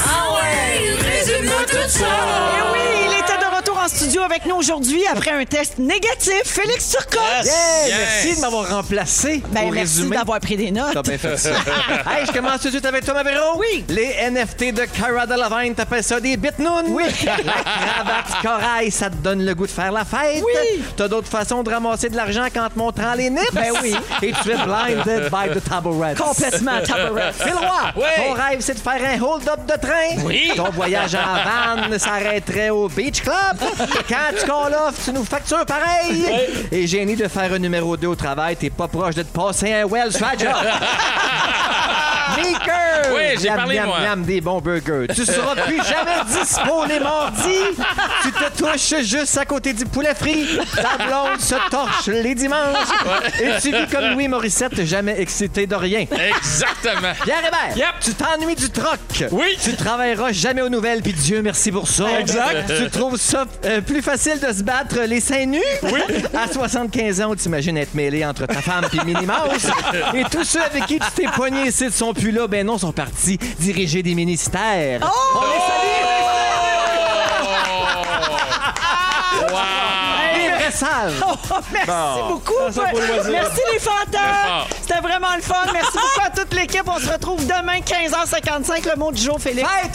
S4: Ah ouais, résume-moi tout ça.
S1: Eh oui, il était de retour en studio studio avec nous aujourd'hui après un test négatif. Félix Turcotte!
S5: Yes.
S9: Hey, Merci de m'avoir remplacé.
S1: Ben,
S9: pour
S1: merci
S9: résumer.
S1: d'avoir pris des notes.
S9: T'as bien fait ça. <laughs> hey, je commence tout de suite avec toi, Véron.
S1: Oui.
S9: Les NFT de Cara Delevingne, t'appelles ça des bitnounes? Oui. <laughs> La cravate corail, ça te donne le goût de faire la fête.
S1: Oui.
S9: T'as d'autres façons de ramasser de l'argent qu'en te montrant les nips. Ben oui. Et tu es blinded by the tabourette.
S1: Complètement tabaret.
S9: Phil Roy, ton rêve, c'est de faire un hold-up de train. Oui. Ton voyage en van s'arrêterait au Beach Club. Quand tu call off, tu nous factures pareil. Et génie de faire un numéro 2 au travail, t'es pas proche de te passer un well sur la
S2: <laughs>
S9: job. Maker!
S2: Oui, j'ai
S9: Miam,
S2: parlé,
S9: miam,
S2: moi.
S9: miam, des bons burgers. Tu seras plus jamais dispo les mardis. Tu te touches juste à côté du poulet frit. Ta blonde se torche les dimanches. Et tu vis comme Louis Morissette, jamais excité de rien.
S2: Exactement.
S9: Pierre Hébert,
S3: Yep.
S9: tu t'ennuies du troc.
S3: Oui.
S9: Tu travailleras jamais aux nouvelles, puis Dieu merci pour ça.
S3: Exact.
S9: Tu trouves ça euh, plus facile de se battre les seins nus? Oui. À 75 ans, tu imagines être mêlé entre ta femme puis Minnie Mouse. Et tous ceux avec qui tu t'es poigné ici ne sont plus là, ben non, sont partis diriger des ministères. On les salue! Les vrais sages.
S1: Oh, merci beaucoup. Merci les fantômes. C'était vraiment le fun.
S9: <laughs>
S1: Merci beaucoup à toute l'équipe. On se retrouve demain 15h55 le mot du jour Félix.
S9: Fête,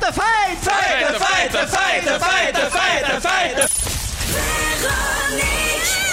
S9: fête, fête, fête!
S4: Véronique.